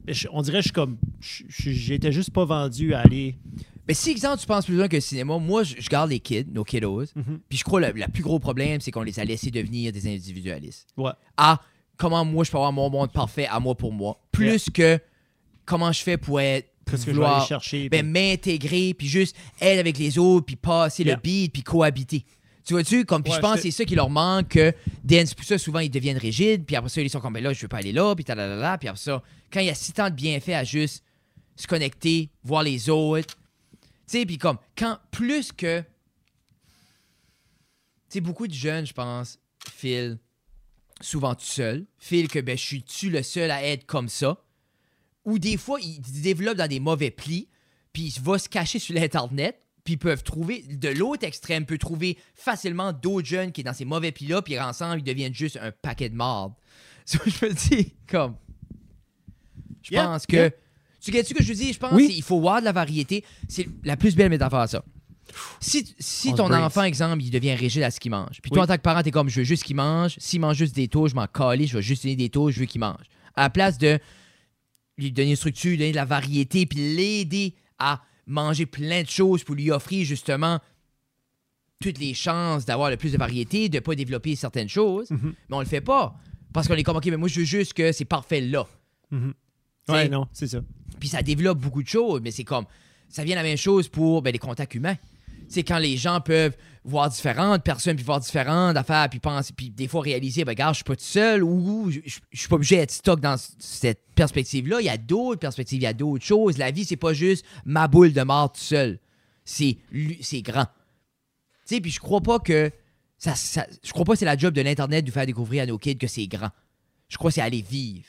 [SPEAKER 1] Ben, je- On dirait que je suis comme. je- je- J'étais juste pas vendu à aller.
[SPEAKER 2] Mais si, exemple, tu penses plus loin que le cinéma, moi, je, je garde les kids, nos kiddos,
[SPEAKER 1] Mhm.
[SPEAKER 2] puis je crois que le, le plus gros problème, c'est qu'on les a laissés devenir des individualistes.
[SPEAKER 1] Ouais.
[SPEAKER 2] à comment moi je peux avoir mon monde parfait à moi pour moi, plus que comment je fais pour être pour
[SPEAKER 1] Qu'est-ce que je vais aller
[SPEAKER 2] vouloir
[SPEAKER 1] chercher?
[SPEAKER 2] ben,
[SPEAKER 1] puis-
[SPEAKER 2] m'intégrer puis juste être avec les autres puis passer
[SPEAKER 1] Yeah.
[SPEAKER 2] le beat puis cohabiter. Tu vois-tu comme puis
[SPEAKER 1] Ouais,
[SPEAKER 2] je pense
[SPEAKER 1] je
[SPEAKER 2] que
[SPEAKER 1] sais.
[SPEAKER 2] c'est ça qui leur manque que dance c'est pour ça souvent ils deviennent rigides puis après ça ils sont comme ben là je veux pas aller là puis ta puis après ça quand il y a si tant de bienfaits à juste se connecter, voir les autres. Tu sais puis comme quand plus que tu sais beaucoup de jeunes je pense Phil souvent tout seul, Phil que ben je suis tu le seul à être comme ça ou des fois ils se développent dans des mauvais plis, puis ils vont se cacher sur l'internet, puis ils peuvent trouver de l'autre extrême peut trouver facilement d'autres jeunes qui est dans ces mauvais plis là, puis ensemble ils deviennent juste un paquet de marde. So, je me dis comme je
[SPEAKER 1] Yeah,
[SPEAKER 2] pense que
[SPEAKER 1] yeah.
[SPEAKER 2] tu sais ce que je dis, je pense
[SPEAKER 1] Oui.
[SPEAKER 2] qu'il faut voir de la variété, c'est la plus belle métaphore à ça. Si, si
[SPEAKER 1] On se
[SPEAKER 2] ton
[SPEAKER 1] brace.
[SPEAKER 2] enfant, exemple, il devient rigide à ce qu'il mange, puis toi,
[SPEAKER 1] Oui.
[SPEAKER 2] en tant que parent, t'es comme, je veux juste qu'il mange, s'il mange juste des taux, je m'en calais, je vais juste donner des taux, je veux qu'il mange. À la place de lui donner une structure, lui donner de la variété, puis l'aider à manger plein de choses pour lui offrir justement toutes les chances d'avoir le plus de variété, de ne pas développer certaines choses.
[SPEAKER 1] Mhm.
[SPEAKER 2] Mais on le fait pas. Parce qu'on est comme, OK, mais moi, je veux juste que c'est parfait là.
[SPEAKER 1] Ouais,
[SPEAKER 2] c'est-
[SPEAKER 1] non, c'est ça.
[SPEAKER 2] Puis ça développe beaucoup de choses, mais c'est comme. Ça vient la même chose pour ben, les contacts humains. C'est quand les gens peuvent voir différentes personnes, puis voir différentes affaires, puis penser, puis des fois réaliser, ben, regarde, je suis pas tout seul, ou je je- je suis pas obligé d'être stock dans c- cette perspective-là. Il y a d'autres perspectives, il y a d'autres choses. La vie, c'est pas juste ma boule de mort tout seul. C'est lu- c'est grand. Tu sais, puis je crois pas que. Ça, ça- je crois pas que c'est la job de l'Internet de faire découvrir à nos kids que c'est grand. Je crois que c'est aller vivre,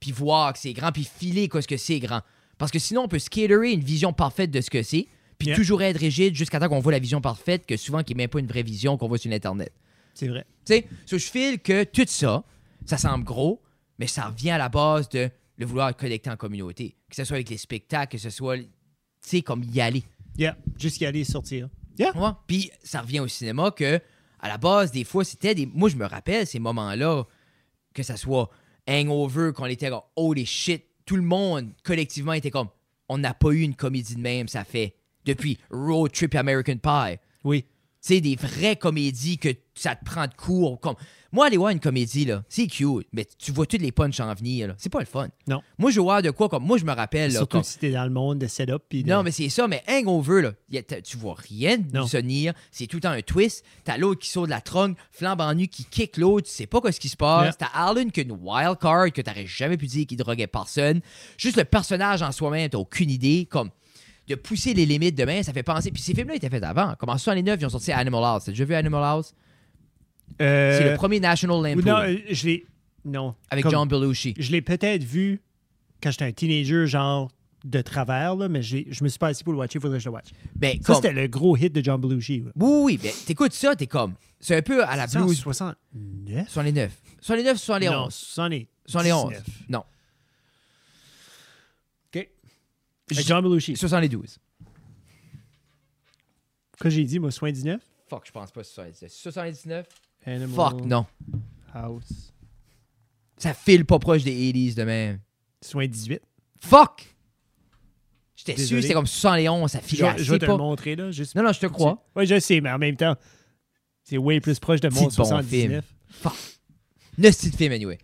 [SPEAKER 2] puis voir que c'est grand, puis filer qu'est-ce que c'est grand. Parce que sinon, on peut scaler une vision parfaite de ce que c'est, puis
[SPEAKER 1] Yeah.
[SPEAKER 2] toujours être rigide jusqu'à temps qu'on voit la vision parfaite, que souvent, qui n'est même pas une vraie vision qu'on voit sur l'Internet.
[SPEAKER 1] C'est vrai.
[SPEAKER 2] Tu sais, so, je file que tout ça, ça semble gros, mais ça revient à la base de le vouloir connecter en communauté. Que ce soit avec les spectacles, que ce soit, tu sais, comme y aller.
[SPEAKER 1] Yeah, jusqu'à aller sortir.
[SPEAKER 2] Ouais. Puis ça revient au cinéma que, à la base, des fois, c'était des. Moi, je me rappelle ces moments-là, que ça soit Hangover, qu'on était comme Holy shit, tout le monde collectivement était comme On n'a pas eu une comédie de même, ça fait. Depuis Road Trip et American Pie.
[SPEAKER 1] Oui.
[SPEAKER 2] Tu sais, des vraies comédies que ça te prend de court. Comme... Moi, aller voir une comédie, là, c'est cute, mais tu vois toutes les punches en venir, là. C'est pas le fun.
[SPEAKER 1] Non.
[SPEAKER 2] Moi, je vois de quoi, comme. Moi, je me rappelle, là.
[SPEAKER 1] Surtout
[SPEAKER 2] comme-
[SPEAKER 1] si t'es dans le monde de setup. puis de-
[SPEAKER 2] non, mais c'est ça, mais Hangover, là, y a- t'as- tu vois rien de
[SPEAKER 1] Non.
[SPEAKER 2] sonir. C'est tout le temps un twist. T'as l'autre qui saute de la trongue, flambe en nu, qui kick l'autre, tu sais pas quoi ce qui se passe. T'as Arlen qui a une wild card que t'aurais jamais pu dire qu'il droguait personne. Juste le personnage en soi-même, t'as aucune idée. Comme de pousser les limites demain, ça fait penser. Puis ces films-là étaient faits avant. Comme en 69, ils ont sorti Animal House. T'as déjà vu Animal House?
[SPEAKER 1] Euh,
[SPEAKER 2] C'est le premier National
[SPEAKER 1] ou non,
[SPEAKER 2] Lampoon
[SPEAKER 1] euh, je l'ai. Non.
[SPEAKER 2] avec
[SPEAKER 1] Comme-
[SPEAKER 2] John Belushi.
[SPEAKER 1] Je l'ai peut-être vu quand j'étais un teenager, genre de travers, là, mais j'ai- je me suis pas assis pour le watcher, il faudrait que je le watch.
[SPEAKER 2] Ben,
[SPEAKER 1] Ça,
[SPEAKER 2] comme-
[SPEAKER 1] c'était le gros hit de John Belushi. là.
[SPEAKER 2] Oui, oui, ben, t'écoutes ça, t'es comme. C'est un peu à la blues.
[SPEAKER 1] 69?
[SPEAKER 2] 69. 69, 71.
[SPEAKER 1] Non, 79.
[SPEAKER 2] Sur les 11. Non.
[SPEAKER 1] OK. Jean Belushi.
[SPEAKER 2] 72.
[SPEAKER 1] Que j'ai dit, moi, soin 19.
[SPEAKER 2] Fuck, je pense pas 79. 79?
[SPEAKER 1] Animal
[SPEAKER 2] Fuck, non.
[SPEAKER 1] House.
[SPEAKER 2] Ça file pas proche des 80s de même.
[SPEAKER 1] Soin 18.
[SPEAKER 2] Fuck! J'étais
[SPEAKER 1] Désolé.
[SPEAKER 2] sûr, c'était comme 71, ça
[SPEAKER 1] Je,
[SPEAKER 2] file assez
[SPEAKER 1] je vais te
[SPEAKER 2] pas.
[SPEAKER 1] le montrer, là. Juste
[SPEAKER 2] Non, non, je te crois.
[SPEAKER 1] Oui, je sais, mais en même temps, c'est way plus proche de
[SPEAKER 2] C'est
[SPEAKER 1] mon
[SPEAKER 2] bon
[SPEAKER 1] 79.
[SPEAKER 2] Le style de film, anyway.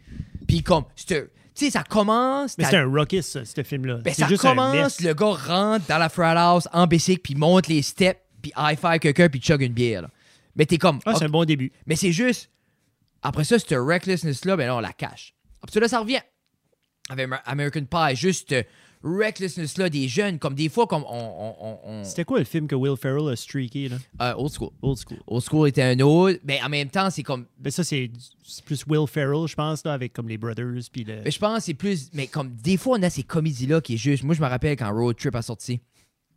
[SPEAKER 2] Puis comme, c'est un- tu sais, ça commence...
[SPEAKER 1] mais
[SPEAKER 2] t'as-
[SPEAKER 1] c'est un rockies, ça, ce film-là.
[SPEAKER 2] Ben,
[SPEAKER 1] c'est
[SPEAKER 2] ça
[SPEAKER 1] juste un
[SPEAKER 2] commence,
[SPEAKER 1] mess.
[SPEAKER 2] le gars rentre dans la frat house en bicycle, puis monte les steps, puis high-five quelqu'un, puis chug une bière. là. Mais t'es comme...
[SPEAKER 1] Ah, c'est
[SPEAKER 2] ok,
[SPEAKER 1] un bon début.
[SPEAKER 2] Mais c'est juste... Après ça, cette recklessness-là, ben là, on la cache. Après ça, là, ça revient. Avec Amer- American Pie, juste euh, recklessness-là des jeunes, comme des fois, comme on... on, on, on-
[SPEAKER 1] C'était quoi le film que Will Ferrell a streaké, là?
[SPEAKER 2] euh, old school.
[SPEAKER 1] Old school.
[SPEAKER 2] Old school était un autre, mais en même temps, c'est comme...
[SPEAKER 1] Ben, ça, c'est c'est plus Will Ferrell, je pense, là, avec comme les Brothers, puis le...
[SPEAKER 2] Mais Ben, je pense que c'est plus... Mais comme, des fois, on a ces comédies-là qui est juste... Moi, je me rappelle quand Road Trip a sorti,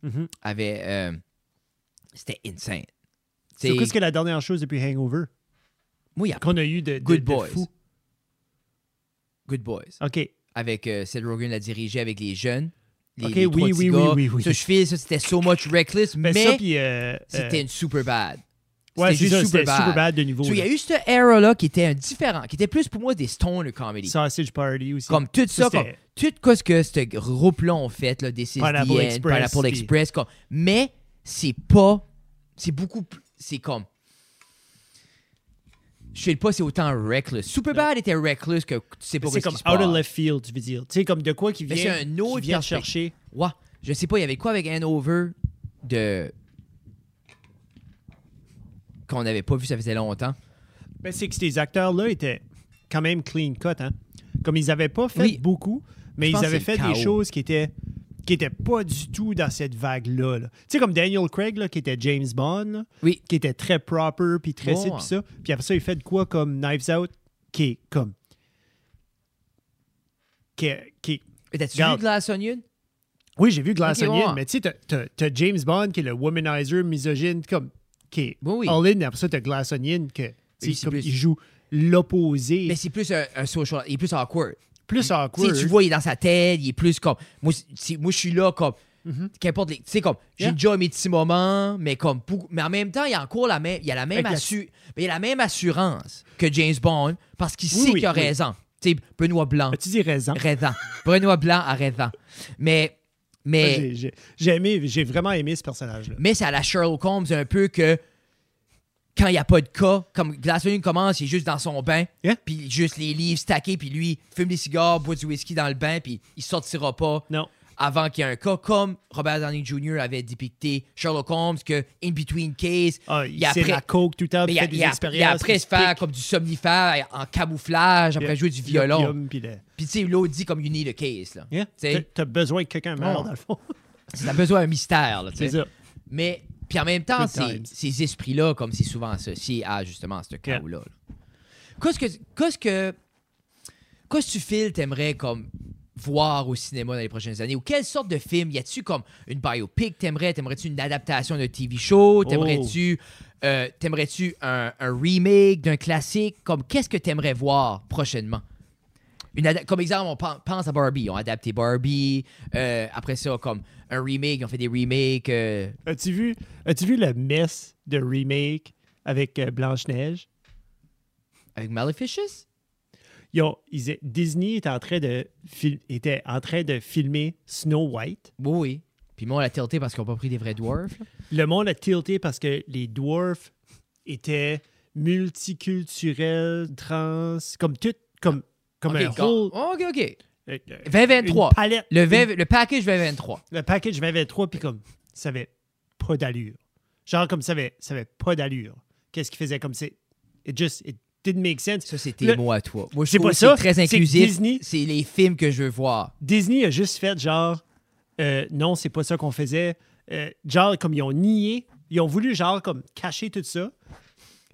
[SPEAKER 1] Mhm.
[SPEAKER 2] avait... euh, C'était insane.
[SPEAKER 1] C'est
[SPEAKER 2] C'est-
[SPEAKER 1] quoi ce que la dernière chose depuis Hangover
[SPEAKER 2] Moi, il y a
[SPEAKER 1] qu'on a eu de, de-
[SPEAKER 2] Good
[SPEAKER 1] de
[SPEAKER 2] Boys.
[SPEAKER 1] fou?
[SPEAKER 2] Good Boys.
[SPEAKER 1] OK.
[SPEAKER 2] Avec euh, Seth Rogen l'a dirigé avec les jeunes. Les,
[SPEAKER 1] Ok,
[SPEAKER 2] les
[SPEAKER 1] oui,
[SPEAKER 2] trois
[SPEAKER 1] oui, oui,
[SPEAKER 2] petits gars.
[SPEAKER 1] oui, oui.
[SPEAKER 2] Ça, je file, ça, c'était so much reckless,
[SPEAKER 1] Ben,
[SPEAKER 2] mais
[SPEAKER 1] ça, puis... euh,
[SPEAKER 2] c'était
[SPEAKER 1] euh,
[SPEAKER 2] une super bad.
[SPEAKER 1] ouais, c'est
[SPEAKER 2] c'était
[SPEAKER 1] ça,
[SPEAKER 2] juste
[SPEAKER 1] c'était
[SPEAKER 2] Superbad.
[SPEAKER 1] super bad de niveau.
[SPEAKER 2] So, il y a
[SPEAKER 1] là.
[SPEAKER 2] eu cette era-là qui était un différent, qui était plus pour moi des stoner comedy.
[SPEAKER 1] Sausage Party aussi.
[SPEAKER 2] Comme tout ça,
[SPEAKER 1] c'était-
[SPEAKER 2] comme tout quoi ce que ce groupe-là ont fait, là, DCSDN,
[SPEAKER 1] Pineapple
[SPEAKER 2] Pineapple Express.
[SPEAKER 1] Express, puis-
[SPEAKER 2] Express comme, mais c'est pas. C'est beaucoup plus. C'est comme. Je sais pas, c'est autant reckless. Superbad était reckless que tu sais pas
[SPEAKER 1] C'est
[SPEAKER 2] qu'est-ce
[SPEAKER 1] comme
[SPEAKER 2] qui se
[SPEAKER 1] out of
[SPEAKER 2] passe.
[SPEAKER 1] left field, tu veux dire. Tu sais, comme de quoi qui
[SPEAKER 2] Mais
[SPEAKER 1] vient,
[SPEAKER 2] c'est un autre
[SPEAKER 1] qui vient
[SPEAKER 2] perspective.
[SPEAKER 1] chercher.
[SPEAKER 2] Ouais, je sais pas, il y avait quoi avec Hanover de. qu'on n'avait pas vu, ça faisait longtemps.
[SPEAKER 1] Ben, c'est que ces acteurs-là étaient quand même clean cut. Hein? Comme ils n'avaient pas fait
[SPEAKER 2] Oui.
[SPEAKER 1] beaucoup, mais
[SPEAKER 2] Je
[SPEAKER 1] ils
[SPEAKER 2] pense que
[SPEAKER 1] avaient
[SPEAKER 2] c'est
[SPEAKER 1] fait
[SPEAKER 2] le
[SPEAKER 1] des
[SPEAKER 2] chaos.
[SPEAKER 1] choses qui étaient qui étaient pas du tout dans cette vague-là. là. Tu sais, comme Daniel Craig, là, qui était James Bond, là,
[SPEAKER 2] Oui.
[SPEAKER 1] qui était très proper, puis très
[SPEAKER 2] Ouais.
[SPEAKER 1] ci, puis ça. Puis après ça, il fait de quoi comme Knives Out, qui est comme... Qui est- qui est-
[SPEAKER 2] Mais T'as-tu vu
[SPEAKER 1] Regarde.
[SPEAKER 2] Glass Onion?
[SPEAKER 1] Oui, j'ai vu Glass
[SPEAKER 2] Ok,
[SPEAKER 1] Onion,
[SPEAKER 2] ouais.
[SPEAKER 1] mais tu sais, t'as- t'as t'as James Bond, qui est le womanizer, misogyne, comme... Qui est
[SPEAKER 2] Oui, oui.
[SPEAKER 1] all-in, après ça, t'as Glass Onion, que, tu
[SPEAKER 2] Oui,
[SPEAKER 1] sais,
[SPEAKER 2] c'est
[SPEAKER 1] comme
[SPEAKER 2] plus-
[SPEAKER 1] il joue l'opposé.
[SPEAKER 2] Mais c'est plus un, un social. Il est plus awkward.
[SPEAKER 1] plus
[SPEAKER 2] Tu sais,
[SPEAKER 1] awkward.
[SPEAKER 2] tu vois, il est dans sa tête, il est plus comme. Moi, c'est- c'est- moi je suis là comme. Qu'importe les. Tu sais, comme. J'ai
[SPEAKER 1] Mm-hmm. Yeah.
[SPEAKER 2] déjà mes petits moments, mais comme. beaucoup- mais en même temps, il y a encore la même. Il y a la même,
[SPEAKER 1] Avec la-
[SPEAKER 2] assu- mais il y a la même assurance que James Bond parce qu'il
[SPEAKER 1] Oui,
[SPEAKER 2] sait
[SPEAKER 1] oui,
[SPEAKER 2] qu'il a
[SPEAKER 1] oui.
[SPEAKER 2] raison. Tu sais, Benoît Blanc.
[SPEAKER 1] As-tu dit raison?
[SPEAKER 2] Raisin. Benoît Blanc a raison. Mais. Mais.
[SPEAKER 1] J'ai j'ai- j'ai aimé, j'ai vraiment aimé ce personnage-là.
[SPEAKER 2] Mais c'est à la Sherlock Holmes un peu que quand il n'y a pas de cas, comme Glass Onion commence, il est juste dans son bain,
[SPEAKER 1] Yeah.
[SPEAKER 2] puis juste les livres stackés, puis lui fume des cigares, boit du whisky dans le bain, puis il sortira pas
[SPEAKER 1] Non.
[SPEAKER 2] avant qu'il y ait un cas, comme Robert Downey Jr. avait dépicté Sherlock Holmes, que in between case,
[SPEAKER 1] Ah, il
[SPEAKER 2] y a
[SPEAKER 1] sait
[SPEAKER 2] après-
[SPEAKER 1] la coke tout le temps,
[SPEAKER 2] mais
[SPEAKER 1] il
[SPEAKER 2] il a-
[SPEAKER 1] fait des
[SPEAKER 2] il a- il a
[SPEAKER 1] expériences.
[SPEAKER 2] après
[SPEAKER 1] il
[SPEAKER 2] se faire
[SPEAKER 1] pique,
[SPEAKER 2] comme du somnifère en camouflage, après
[SPEAKER 1] il-
[SPEAKER 2] jouer du
[SPEAKER 1] il
[SPEAKER 2] violon.
[SPEAKER 1] opium, puis le-
[SPEAKER 2] Puis tu sais, l'autre dit comme you need a case. Là.
[SPEAKER 1] Yeah.
[SPEAKER 2] Tu
[SPEAKER 1] T'as
[SPEAKER 2] sais,
[SPEAKER 1] t'as besoin que quelqu'un meure,
[SPEAKER 2] Ouais.
[SPEAKER 1] dans le fond.
[SPEAKER 2] ça a besoin d'un mystère. Là, tu
[SPEAKER 1] C'est
[SPEAKER 2] sais.
[SPEAKER 1] ça.
[SPEAKER 2] Mais puis en même temps,
[SPEAKER 1] Good
[SPEAKER 2] ces,
[SPEAKER 1] times.
[SPEAKER 2] ces esprits-là, comme c'est souvent associé à justement ce chaos-là. là. Qu'est-ce que qu'est-ce que qu'est-ce que tu files t'aimerais comme voir au cinéma dans les prochaines années ou quelle sorte de film y a-tu comme une biopic t'aimerais t'aimerais-tu une adaptation d'un TV show t'aimerais-tu euh, t'aimerais-tu un, un remake d'un classique comme qu'est-ce que t'aimerais voir prochainement une ada- comme exemple, on pen- pense à Barbie. Ils ont adapté Barbie. euh, après ça, comme un remake, ils ont fait des remakes. euh,
[SPEAKER 1] As-tu vu, as vu le mess de remake avec euh, Blanche-Neige?
[SPEAKER 2] Avec Maleficious?
[SPEAKER 1] Ils ont- ils a- Disney était en, train de fil- était en train de filmer Snow White.
[SPEAKER 2] Oui, oui. Puis moi, on l'a tilté parce qu'ils n'ont pas pris des vrais dwarfs. là.
[SPEAKER 1] Le monde a tilté parce que les dwarfs étaient multiculturels, trans, comme tout, comme, comme
[SPEAKER 2] Ok, Oh.
[SPEAKER 1] un
[SPEAKER 2] go-
[SPEAKER 1] whole-
[SPEAKER 2] OK, OK.
[SPEAKER 1] euh, euh,
[SPEAKER 2] 2023.
[SPEAKER 1] Ben, Une palette.
[SPEAKER 2] Le,
[SPEAKER 1] Une-
[SPEAKER 2] 20 le package 2023.
[SPEAKER 1] le package 2023, puis comme, ça avait pas d'allure. Genre, comme ça avait, ça avait pas d'allure. Qu'est-ce qu'il faisait comme c'est. It just, it didn't make sense.
[SPEAKER 2] Ça, c'est tes
[SPEAKER 1] Le-
[SPEAKER 2] mots à toi. Moi, je
[SPEAKER 1] C'est pas
[SPEAKER 2] trouve que
[SPEAKER 1] ça,
[SPEAKER 2] C'est très
[SPEAKER 1] c'est que
[SPEAKER 2] inclusif.
[SPEAKER 1] Disney-
[SPEAKER 2] C'est les films que je veux voir.
[SPEAKER 1] Disney a juste fait genre, euh, non, c'est pas ça qu'on faisait. Euh, genre, comme ils ont nié, ils ont voulu, genre, comme cacher tout ça.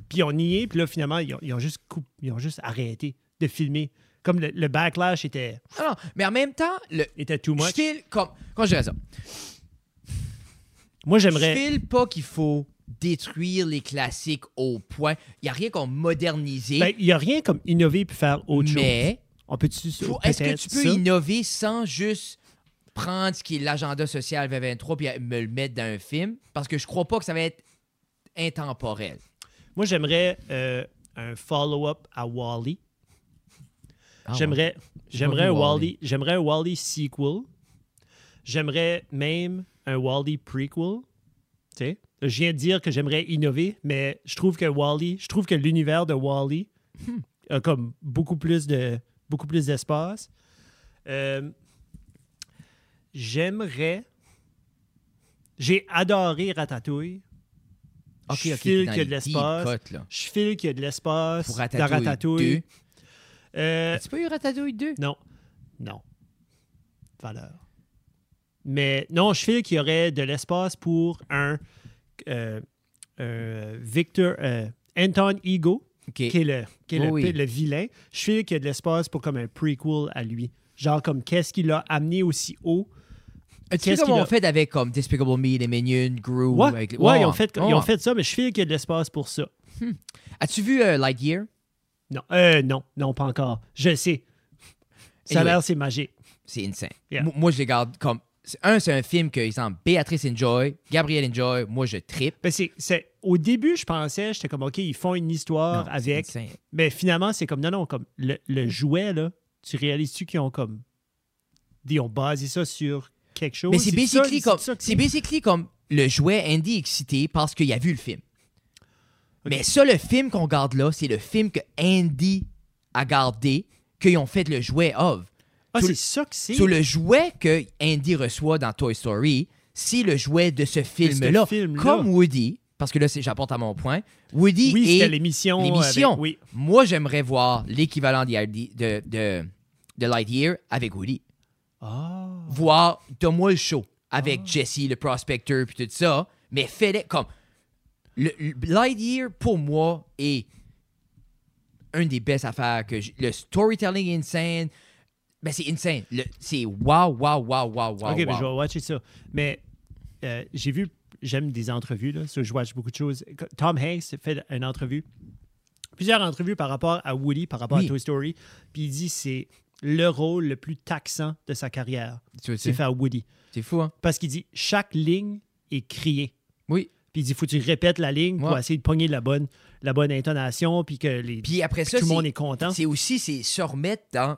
[SPEAKER 1] Puis ils ont nié, puis là, finalement, ils ont, ils ont juste, coup- ils ont juste arrêté de filmer. Comme le, le backlash était,
[SPEAKER 2] Non, non. Mais en même temps, le,
[SPEAKER 1] était too
[SPEAKER 2] je
[SPEAKER 1] much.
[SPEAKER 2] file comme. Quand je dirais ça?
[SPEAKER 1] Moi,
[SPEAKER 2] Je
[SPEAKER 1] j'aimerais.
[SPEAKER 2] file pas qu'il faut détruire les classiques au point. Il n'y a rien qu'on moderniser.
[SPEAKER 1] Ben, Il n'y a rien comme innover puis faire autre chose.
[SPEAKER 2] mais
[SPEAKER 1] On peut-tu.
[SPEAKER 2] faut- est-ce que
[SPEAKER 1] peut-être
[SPEAKER 2] tu peux
[SPEAKER 1] ça?
[SPEAKER 2] innover sans juste prendre ce qui est l'agenda social 2023 puis à me le mettre dans un film parce que je crois pas que ça va être intemporel.
[SPEAKER 1] Moi, j'aimerais euh, un follow-up à Wally.
[SPEAKER 2] Ah
[SPEAKER 1] j'aimerais
[SPEAKER 2] J'ai pas
[SPEAKER 1] j'aimerais
[SPEAKER 2] vu
[SPEAKER 1] un
[SPEAKER 2] Wall-E.
[SPEAKER 1] Wally, j'aimerais un Wally sequel. J'aimerais même un Wally prequel. Tu sais, je viens de dire que j'aimerais innover, mais je trouve que Wally, je trouve que l'univers de Wally
[SPEAKER 2] Hmm.
[SPEAKER 1] a comme beaucoup plus de beaucoup plus d'espace. Euh, j'aimerais j'ai adoré Ratatouille.
[SPEAKER 2] Ok,
[SPEAKER 1] je file
[SPEAKER 2] ok, t'es
[SPEAKER 1] qu'il y
[SPEAKER 2] dans
[SPEAKER 1] a
[SPEAKER 2] les
[SPEAKER 1] de l'espace.
[SPEAKER 2] deep cuts, là.
[SPEAKER 1] Je file qu'il y a de l'espace
[SPEAKER 2] Pour
[SPEAKER 1] dans
[SPEAKER 2] Ratatouille.
[SPEAKER 1] Ratatouille.
[SPEAKER 2] 2.
[SPEAKER 1] Euh,
[SPEAKER 2] As-tu pas eu Ratatouille 2?
[SPEAKER 1] non. Non. Valeur. Mais non, je file qu'il y aurait de l'espace pour un, euh, un Victor euh, Anton Ego,
[SPEAKER 2] Ok.
[SPEAKER 1] qui est le, qui est
[SPEAKER 2] Oui,
[SPEAKER 1] le,
[SPEAKER 2] oui.
[SPEAKER 1] le vilain. Je file qu'il y a de l'espace pour comme un prequel à lui. Genre comme qu'est-ce qui l'a amené aussi haut.
[SPEAKER 2] As-tu vu
[SPEAKER 1] qu'est-ce
[SPEAKER 2] comme
[SPEAKER 1] qu'il
[SPEAKER 2] on
[SPEAKER 1] a-
[SPEAKER 2] fait avec comme Despicable Me, les Minions, Gru?
[SPEAKER 1] Ouais,
[SPEAKER 2] avec les-
[SPEAKER 1] ouais, ils, ont fait,
[SPEAKER 2] ouais.
[SPEAKER 1] ils ont fait ça, mais je file qu'il y a de l'espace pour ça.
[SPEAKER 2] As-tu vu euh, Lightyear?
[SPEAKER 1] Non, euh, non, non, pas encore. Je sais. Ça a
[SPEAKER 2] Anyway.
[SPEAKER 1] l'air, c'est magique.
[SPEAKER 2] C'est insane.
[SPEAKER 1] Yeah.
[SPEAKER 2] Moi- Moi, je les garde comme... c'est- Un, c'est un film que, exemple, Béatrice enjoy, Gabriel enjoy, moi, je trippe.
[SPEAKER 1] Ben, c'est- c'est- au début, je pensais, j'étais comme, OK, ils font une histoire
[SPEAKER 2] Non, c'est
[SPEAKER 1] avec.
[SPEAKER 2] insane.
[SPEAKER 1] Mais Ben, finalement, c'est comme, non, non, comme le, le jouet, là, tu réalises-tu qu'ils ont comme. Ils ont basé ça sur quelque chose.
[SPEAKER 2] Mais c'est
[SPEAKER 1] ça-
[SPEAKER 2] basically,
[SPEAKER 1] c'est
[SPEAKER 2] comme,
[SPEAKER 1] ça que-
[SPEAKER 2] c'est basically comme le jouet Andy excité parce qu'il a vu le film. Mais ça, le film qu'on garde là, c'est le film que Andy a gardé, qu'ils ont fait le jouet of.
[SPEAKER 1] Ah,
[SPEAKER 2] tout
[SPEAKER 1] c'est
[SPEAKER 2] le-
[SPEAKER 1] ça que c'est.
[SPEAKER 2] Sur le jouet que Andy reçoit dans Toy Story, c'est le jouet de ce film-là.
[SPEAKER 1] film-là.
[SPEAKER 2] Comme Woody, parce que là, c'est- j'apporte à mon point, Woody
[SPEAKER 1] Oui,
[SPEAKER 2] est
[SPEAKER 1] c'était l'émission.
[SPEAKER 2] l'émission.
[SPEAKER 1] avec- oui.
[SPEAKER 2] Moi, j'aimerais voir l'équivalent d'IRD de, de, de Lightyear avec Woody.
[SPEAKER 1] Ah.
[SPEAKER 2] Voir, donne-moi le show avec Jesse, le prospecteur, puis tout ça. Mais fais-le comme. Le, le- Lightyear, pour moi, est une des belles affaires que j'ai- Le storytelling est insane. Ben, c'est insane. Le- C'est wow, wow, wow, wow, wow.
[SPEAKER 1] OK, mais
[SPEAKER 2] Ah, wow.
[SPEAKER 1] je vais watcher ça. Mais euh, j'ai vu, j'aime des entrevues, là, so je watch beaucoup de choses. Qu- Tom Hanks fait une entrevue, plusieurs entrevues par rapport à Woody, par rapport
[SPEAKER 2] Oui.
[SPEAKER 1] à Toy Story, puis il dit c'est le rôle le plus taxant de sa carrière,
[SPEAKER 2] Tu vois,
[SPEAKER 1] c'est
[SPEAKER 2] tu-
[SPEAKER 1] faire Woody.
[SPEAKER 2] C'est fou, hein?
[SPEAKER 1] Parce qu'il dit chaque ligne est criée.
[SPEAKER 2] Oui.
[SPEAKER 1] Puis il dit faut que tu répètes la ligne pour
[SPEAKER 2] Ouais.
[SPEAKER 1] essayer de pogner la bonne, la bonne intonation, puis que les,
[SPEAKER 2] Puis après ça,
[SPEAKER 1] tout le
[SPEAKER 2] c'est-
[SPEAKER 1] monde est content.
[SPEAKER 2] C'est aussi, c'est se remettre dans.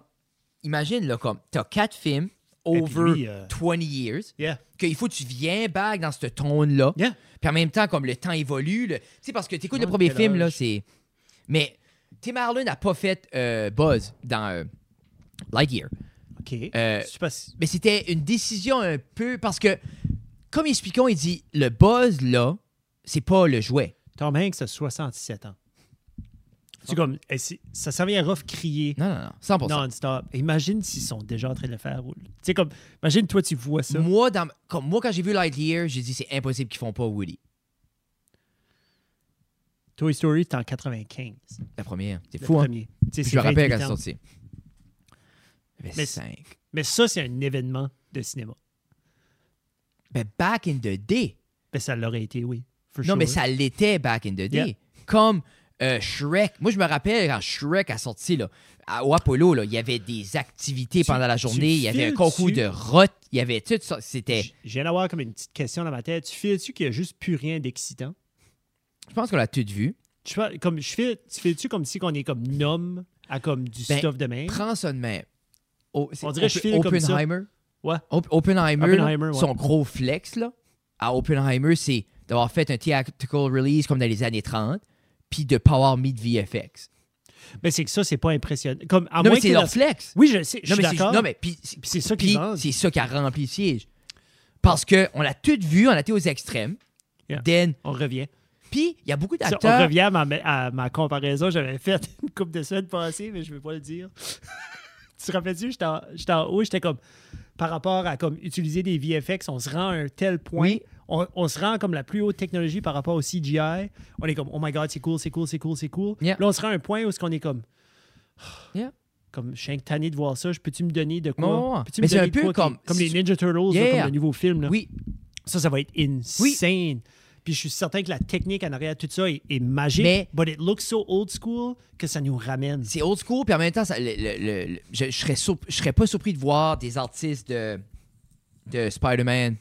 [SPEAKER 2] Imagine, là, comme, t'as quatre films
[SPEAKER 1] puis
[SPEAKER 2] over
[SPEAKER 1] lui, euh,
[SPEAKER 2] 20 years,
[SPEAKER 1] Yeah.
[SPEAKER 2] qu'il faut que tu viens back dans ce tone-là.
[SPEAKER 1] Yeah.
[SPEAKER 2] Puis en même temps, comme le temps évolue, le- tu sais, parce que t'écoutes le
[SPEAKER 1] Ouais,
[SPEAKER 2] premier
[SPEAKER 1] quel
[SPEAKER 2] film, là,
[SPEAKER 1] âge.
[SPEAKER 2] c'est. Mais Tim Harlan n'a pas fait euh, Buzz dans euh, Lightyear.
[SPEAKER 1] OK.
[SPEAKER 2] Euh,
[SPEAKER 1] Je sais pas si-
[SPEAKER 2] Mais c'était une décision un peu. Parce que, comme expliquons, il dit le Buzz, là, c'est pas le jouet.
[SPEAKER 1] Tom Hanks a 67 ans. C'est comme, eh, c'est- ça s'en vient rough crier
[SPEAKER 2] Ah. Non, non, non, 100%.
[SPEAKER 1] non-stop. Imagine s'ils sont déjà en train de le faire. ou- Tu sais, comme, imagine toi, tu vois ça.
[SPEAKER 2] Moi, dans- comme moi, quand j'ai vu Lightyear, j'ai dit c'est impossible qu'ils font pas Woody.
[SPEAKER 1] Toy Story, c'est en 95.
[SPEAKER 2] La première. C'est
[SPEAKER 1] Le
[SPEAKER 2] fou, hein?
[SPEAKER 1] premier. Tu sais,
[SPEAKER 2] Puis
[SPEAKER 1] c'est
[SPEAKER 2] je me
[SPEAKER 1] 28
[SPEAKER 2] rappelle quand c'est
[SPEAKER 1] ans.
[SPEAKER 2] sorti. J'avais
[SPEAKER 1] Mais-
[SPEAKER 2] 5.
[SPEAKER 1] Mais ça, c'est un événement de cinéma.
[SPEAKER 2] Mais back in the day.
[SPEAKER 1] Ben, ça l'aurait été, oui. for
[SPEAKER 2] Non,
[SPEAKER 1] sure.
[SPEAKER 2] mais ça l'était back in the day.
[SPEAKER 1] hein? Yeah.
[SPEAKER 2] Comme euh, Shrek. Moi, je me rappelle quand Shrek a sorti, là, à, au Apollo, là, il y avait des activités
[SPEAKER 1] Tu-
[SPEAKER 2] pendant la
[SPEAKER 1] tu
[SPEAKER 2] journée. Il y avait un
[SPEAKER 1] files
[SPEAKER 2] concours
[SPEAKER 1] dessus.
[SPEAKER 2] de rotte. Il y avait tout ça. C'était.
[SPEAKER 1] J- Je viens d'avoir comme une petite question dans ma tête. Tu files-tu qu'il n'y a juste plus rien d'excitant?
[SPEAKER 2] Je pense qu'on l'a tout vu.
[SPEAKER 1] Tu fais- comme, je file, tu files-tu comme si on est comme nomme à comme du
[SPEAKER 2] Ben,
[SPEAKER 1] stuff de même?
[SPEAKER 2] Prends ça de même. O- c'est
[SPEAKER 1] On dirait que je file comme ça.
[SPEAKER 2] Oppenheimer.
[SPEAKER 1] Ouais.
[SPEAKER 2] Op- Oppenheimer,
[SPEAKER 1] Oppenheimer,
[SPEAKER 2] là,
[SPEAKER 1] ouais.
[SPEAKER 2] son gros flex là, à Oppenheimer, c'est d'avoir fait un theatrical release comme dans les années 30, puis de Power Meet VFX.
[SPEAKER 1] Ben, c'est que ça, c'est pas impressionnant. Comme, à
[SPEAKER 2] non,
[SPEAKER 1] moins
[SPEAKER 2] mais c'est
[SPEAKER 1] que
[SPEAKER 2] leur
[SPEAKER 1] la-
[SPEAKER 2] flex.
[SPEAKER 1] Oui, je sais. Je
[SPEAKER 2] non,
[SPEAKER 1] suis
[SPEAKER 2] mais c'est,
[SPEAKER 1] d'accord.
[SPEAKER 2] non, mais puis, c'est-
[SPEAKER 1] Puis c'est ça
[SPEAKER 2] puis
[SPEAKER 1] qu'ils vendent.
[SPEAKER 2] c'est ça qui a rempli le siège. Parce que on l'a tout vu, on a été aux extrêmes.
[SPEAKER 1] Yeah.
[SPEAKER 2] Then,
[SPEAKER 1] On revient.
[SPEAKER 2] puis il y a beaucoup
[SPEAKER 1] Ça,
[SPEAKER 2] d'acteurs.
[SPEAKER 1] on revient à ma, à ma comparaison. J'avais faite une couple de semaines passées, mais je ne vais pas le dire. tu te rappelles-tu, j'étais en- j'étais en haut, j'étais comme, par rapport à comme utiliser des VFX, on se rend à un tel point.
[SPEAKER 2] Oui.
[SPEAKER 1] On, on se rend comme la plus haute technologie par rapport au CGI. On est comme, oh my god, c'est cool, c'est cool, c'est cool, c'est cool.
[SPEAKER 2] Yeah.
[SPEAKER 1] Là, on se rend à un point où ce qu'on est comme,
[SPEAKER 2] Yeah.
[SPEAKER 1] comme, je suis un tanné de voir ça, je peux-tu me donner de quoi?
[SPEAKER 2] Ouais, ouais, ouais.
[SPEAKER 1] Peux-tu
[SPEAKER 2] Mais
[SPEAKER 1] me
[SPEAKER 2] c'est un
[SPEAKER 1] donner de
[SPEAKER 2] peu
[SPEAKER 1] quoi qui-
[SPEAKER 2] comme-
[SPEAKER 1] comme
[SPEAKER 2] si
[SPEAKER 1] les Ninja Turtles, là,
[SPEAKER 2] Yeah.
[SPEAKER 1] comme le nouveau film. là.
[SPEAKER 2] Oui,
[SPEAKER 1] Ça, ça va être insane. Puis je suis certain que la technique en arrière de tout ça est, est magique.
[SPEAKER 2] Mais-
[SPEAKER 1] But it looks so old school que ça nous ramène.
[SPEAKER 2] c'est old school, puis en même temps, ça- le- le- le- le- je, je serais surp- je serais pas surpris de voir des artistes de de Spider-Man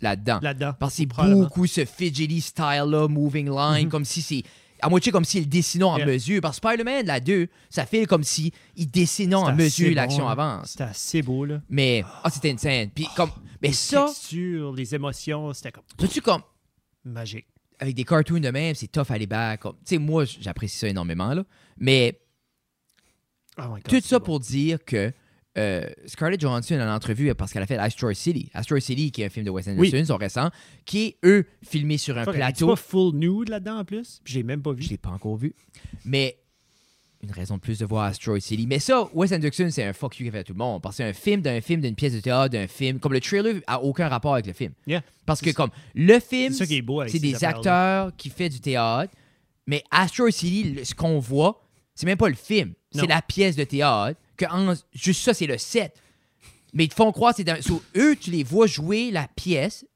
[SPEAKER 2] là-dedans.
[SPEAKER 1] là-dedans.
[SPEAKER 2] Parce que c'est
[SPEAKER 1] Probablement.
[SPEAKER 2] beaucoup ce fidgety style-là, moving line, comme si c'est. À moitié comme s'il dessinait en
[SPEAKER 1] Mhm. Yeah.
[SPEAKER 2] mesure. Parce que Spider-Man, la 2, ça file comme si il dessinait
[SPEAKER 1] C'est
[SPEAKER 2] en
[SPEAKER 1] assez
[SPEAKER 2] mesure et
[SPEAKER 1] bon,
[SPEAKER 2] l'action
[SPEAKER 1] là.
[SPEAKER 2] avance.
[SPEAKER 1] C'était assez beau, là.
[SPEAKER 2] Mais, ah, c'était insane. Puis, comme, mais
[SPEAKER 1] Oh,
[SPEAKER 2] ça,
[SPEAKER 1] Texture, les émotions, c'était comme
[SPEAKER 2] tu comme,
[SPEAKER 1] magique.
[SPEAKER 2] avec des cartoons de même, c'est tough à aller back. comme- Tu sais, moi, j'apprécie ça énormément, là. Mais
[SPEAKER 1] Oh my God,
[SPEAKER 2] Tout
[SPEAKER 1] c'est
[SPEAKER 2] ça
[SPEAKER 1] bon.
[SPEAKER 2] pour dire que euh, Scarlett Johansson, en entrevue, parce qu'elle a fait Asteroid City. Asteroid City, qui est un film de Wes Anderson,
[SPEAKER 1] Oui.
[SPEAKER 2] son récent, qui est, eux, filmé sur un
[SPEAKER 1] Fuck,
[SPEAKER 2] plateau.
[SPEAKER 1] C'est pas full nude là-dedans en plus. Puis Je l'ai même pas vu.
[SPEAKER 2] Je l'ai pas encore vu. Mais une raison de plus de voir Asteroid City. Mais ça, Wes Anderson, c'est un fuck you qu'il fait à tout le monde. Parce que c'est un film d'un film, d'une pièce de théâtre, d'un film. Comme le trailer a aucun rapport avec le film.
[SPEAKER 1] Yeah.
[SPEAKER 2] Parce que,
[SPEAKER 1] C'est-
[SPEAKER 2] comme, le film,
[SPEAKER 1] c'est ça qui est beau avec
[SPEAKER 2] c'est
[SPEAKER 1] ces
[SPEAKER 2] des
[SPEAKER 1] affaires-là.
[SPEAKER 2] acteurs qui fait du théâtre. Mais Asteroid City, le- ce qu'on voit, c'est même pas le film. C'est
[SPEAKER 1] Non.
[SPEAKER 2] la pièce de théâtre. Que en- juste ça, c'est le set. Mais ils te font croire, c'est dans- so, eux, tu les vois jouer la pièce.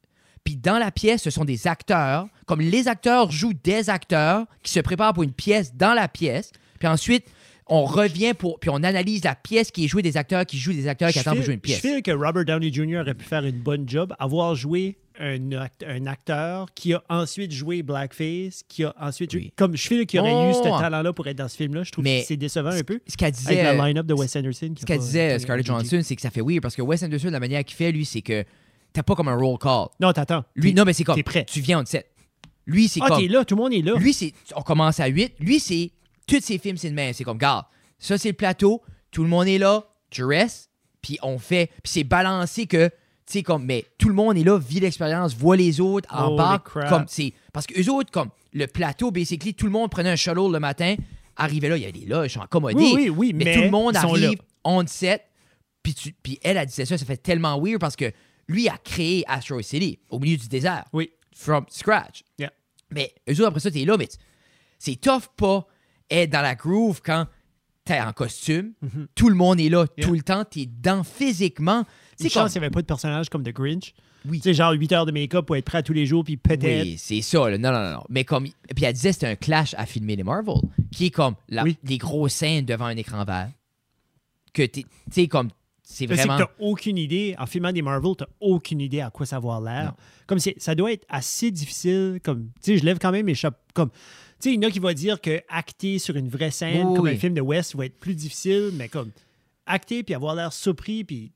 [SPEAKER 2] Puis dans la pièce, ce sont des acteurs. Comme les acteurs jouent des acteurs qui se préparent pour une pièce dans la pièce. Puis ensuite, on revient pour. Puis on analyse la pièce qui est jouée des acteurs qui jouent des acteurs qui
[SPEAKER 1] Je
[SPEAKER 2] attendent pour
[SPEAKER 1] feel-
[SPEAKER 2] jouer une pièce.
[SPEAKER 1] Je feel que Robert Downey Jr. aurait pu faire une bonne job, avoir joué un, act- un acteur qui a ensuite joué Blackface, qui a ensuite joué.
[SPEAKER 2] Oui.
[SPEAKER 1] Comme je feel qu'il aurait eu ce
[SPEAKER 2] Oh!
[SPEAKER 1] talent-là pour être dans ce film-là. Je trouve
[SPEAKER 2] Mais
[SPEAKER 1] que c'est décevant un peu.
[SPEAKER 2] Ce qu'elle
[SPEAKER 1] Avec
[SPEAKER 2] disait.
[SPEAKER 1] la
[SPEAKER 2] euh,
[SPEAKER 1] line-up de Wes Anderson.
[SPEAKER 2] ce qu'elle disait euh, Scarlett Johansson, c'est que ça fait oui parce que Wes Anderson, la manière qu'il fait, lui, c'est que t'as pas comme un roll call.
[SPEAKER 1] Non, t'attends.
[SPEAKER 2] Lui,
[SPEAKER 1] T'es-
[SPEAKER 2] non, mais c'est comme.
[SPEAKER 1] T'es prêt.
[SPEAKER 2] Tu viens, on te set. Lui, c'est
[SPEAKER 1] Ah,
[SPEAKER 2] comme.
[SPEAKER 1] t'es là, tout le monde est là.
[SPEAKER 2] Lui, c'est. On commence à 8. Lui, c'est. Tous ses films, c'est le même. C'est comme, garde, ça, c'est le plateau. Tout le monde est là. Tu restes. Puis on fait. Puis c'est balancé que. Tu sais, comme. Mais tout le monde est là, vit l'expérience, voit les autres, en
[SPEAKER 1] Holy
[SPEAKER 2] bas.
[SPEAKER 1] crap.
[SPEAKER 2] Comme, c'est. Parce que eux autres, comme. Le plateau, basically, tout le monde prenait un shuttle le matin. Arrivait là, il y a des loges en commodé.
[SPEAKER 1] Oui, oui, oui,
[SPEAKER 2] Mais,
[SPEAKER 1] mais
[SPEAKER 2] tout le monde
[SPEAKER 1] ils sont là.
[SPEAKER 2] arrive on set. Puis, tu- puis elle a dit ça, ça fait tellement weird parce que lui a créé Astro City au milieu du désert.
[SPEAKER 1] Oui.
[SPEAKER 2] From scratch.
[SPEAKER 1] Yeah.
[SPEAKER 2] Mais eux autres, après ça, t'es là, mais tu- c'est tough pas être dans la groove quand t'es en costume. Tout le monde est là
[SPEAKER 1] Mhm. Yeah.
[SPEAKER 2] tout le temps. T'es dans physiquement.
[SPEAKER 1] Une
[SPEAKER 2] C'est
[SPEAKER 1] chance qu'il n'y avait pas de personnage comme The Grinch.
[SPEAKER 2] Oui.
[SPEAKER 1] Tu sais, genre 8 heures de make-up pour être prêt à tous les jours, puis peut-être.
[SPEAKER 2] Oui, c'est ça. là. Non, non, non, non. Mais comme. Puis elle disait, c'était un clash à filmer les Marvel, qui est comme la,
[SPEAKER 1] Oui.
[SPEAKER 2] les grosses scènes devant un écran vert. Que t'es. Tu sais, comme.
[SPEAKER 1] C'est
[SPEAKER 2] C'est
[SPEAKER 1] que
[SPEAKER 2] vraiment.
[SPEAKER 1] t'as aucune idée, en filmant des Marvel, t'as aucune idée à quoi ça va avoir l'air.
[SPEAKER 2] Non.
[SPEAKER 1] Comme c'est, ça doit être assez difficile, comme, tu sais, je lève quand même mes chapeaux, comme, tu sais, il y en a qui vont dire que acter sur une vraie scène,
[SPEAKER 2] Oui,
[SPEAKER 1] comme
[SPEAKER 2] oui.
[SPEAKER 1] un film de West, va être plus difficile, mais comme, acter puis avoir l'air surpris, puis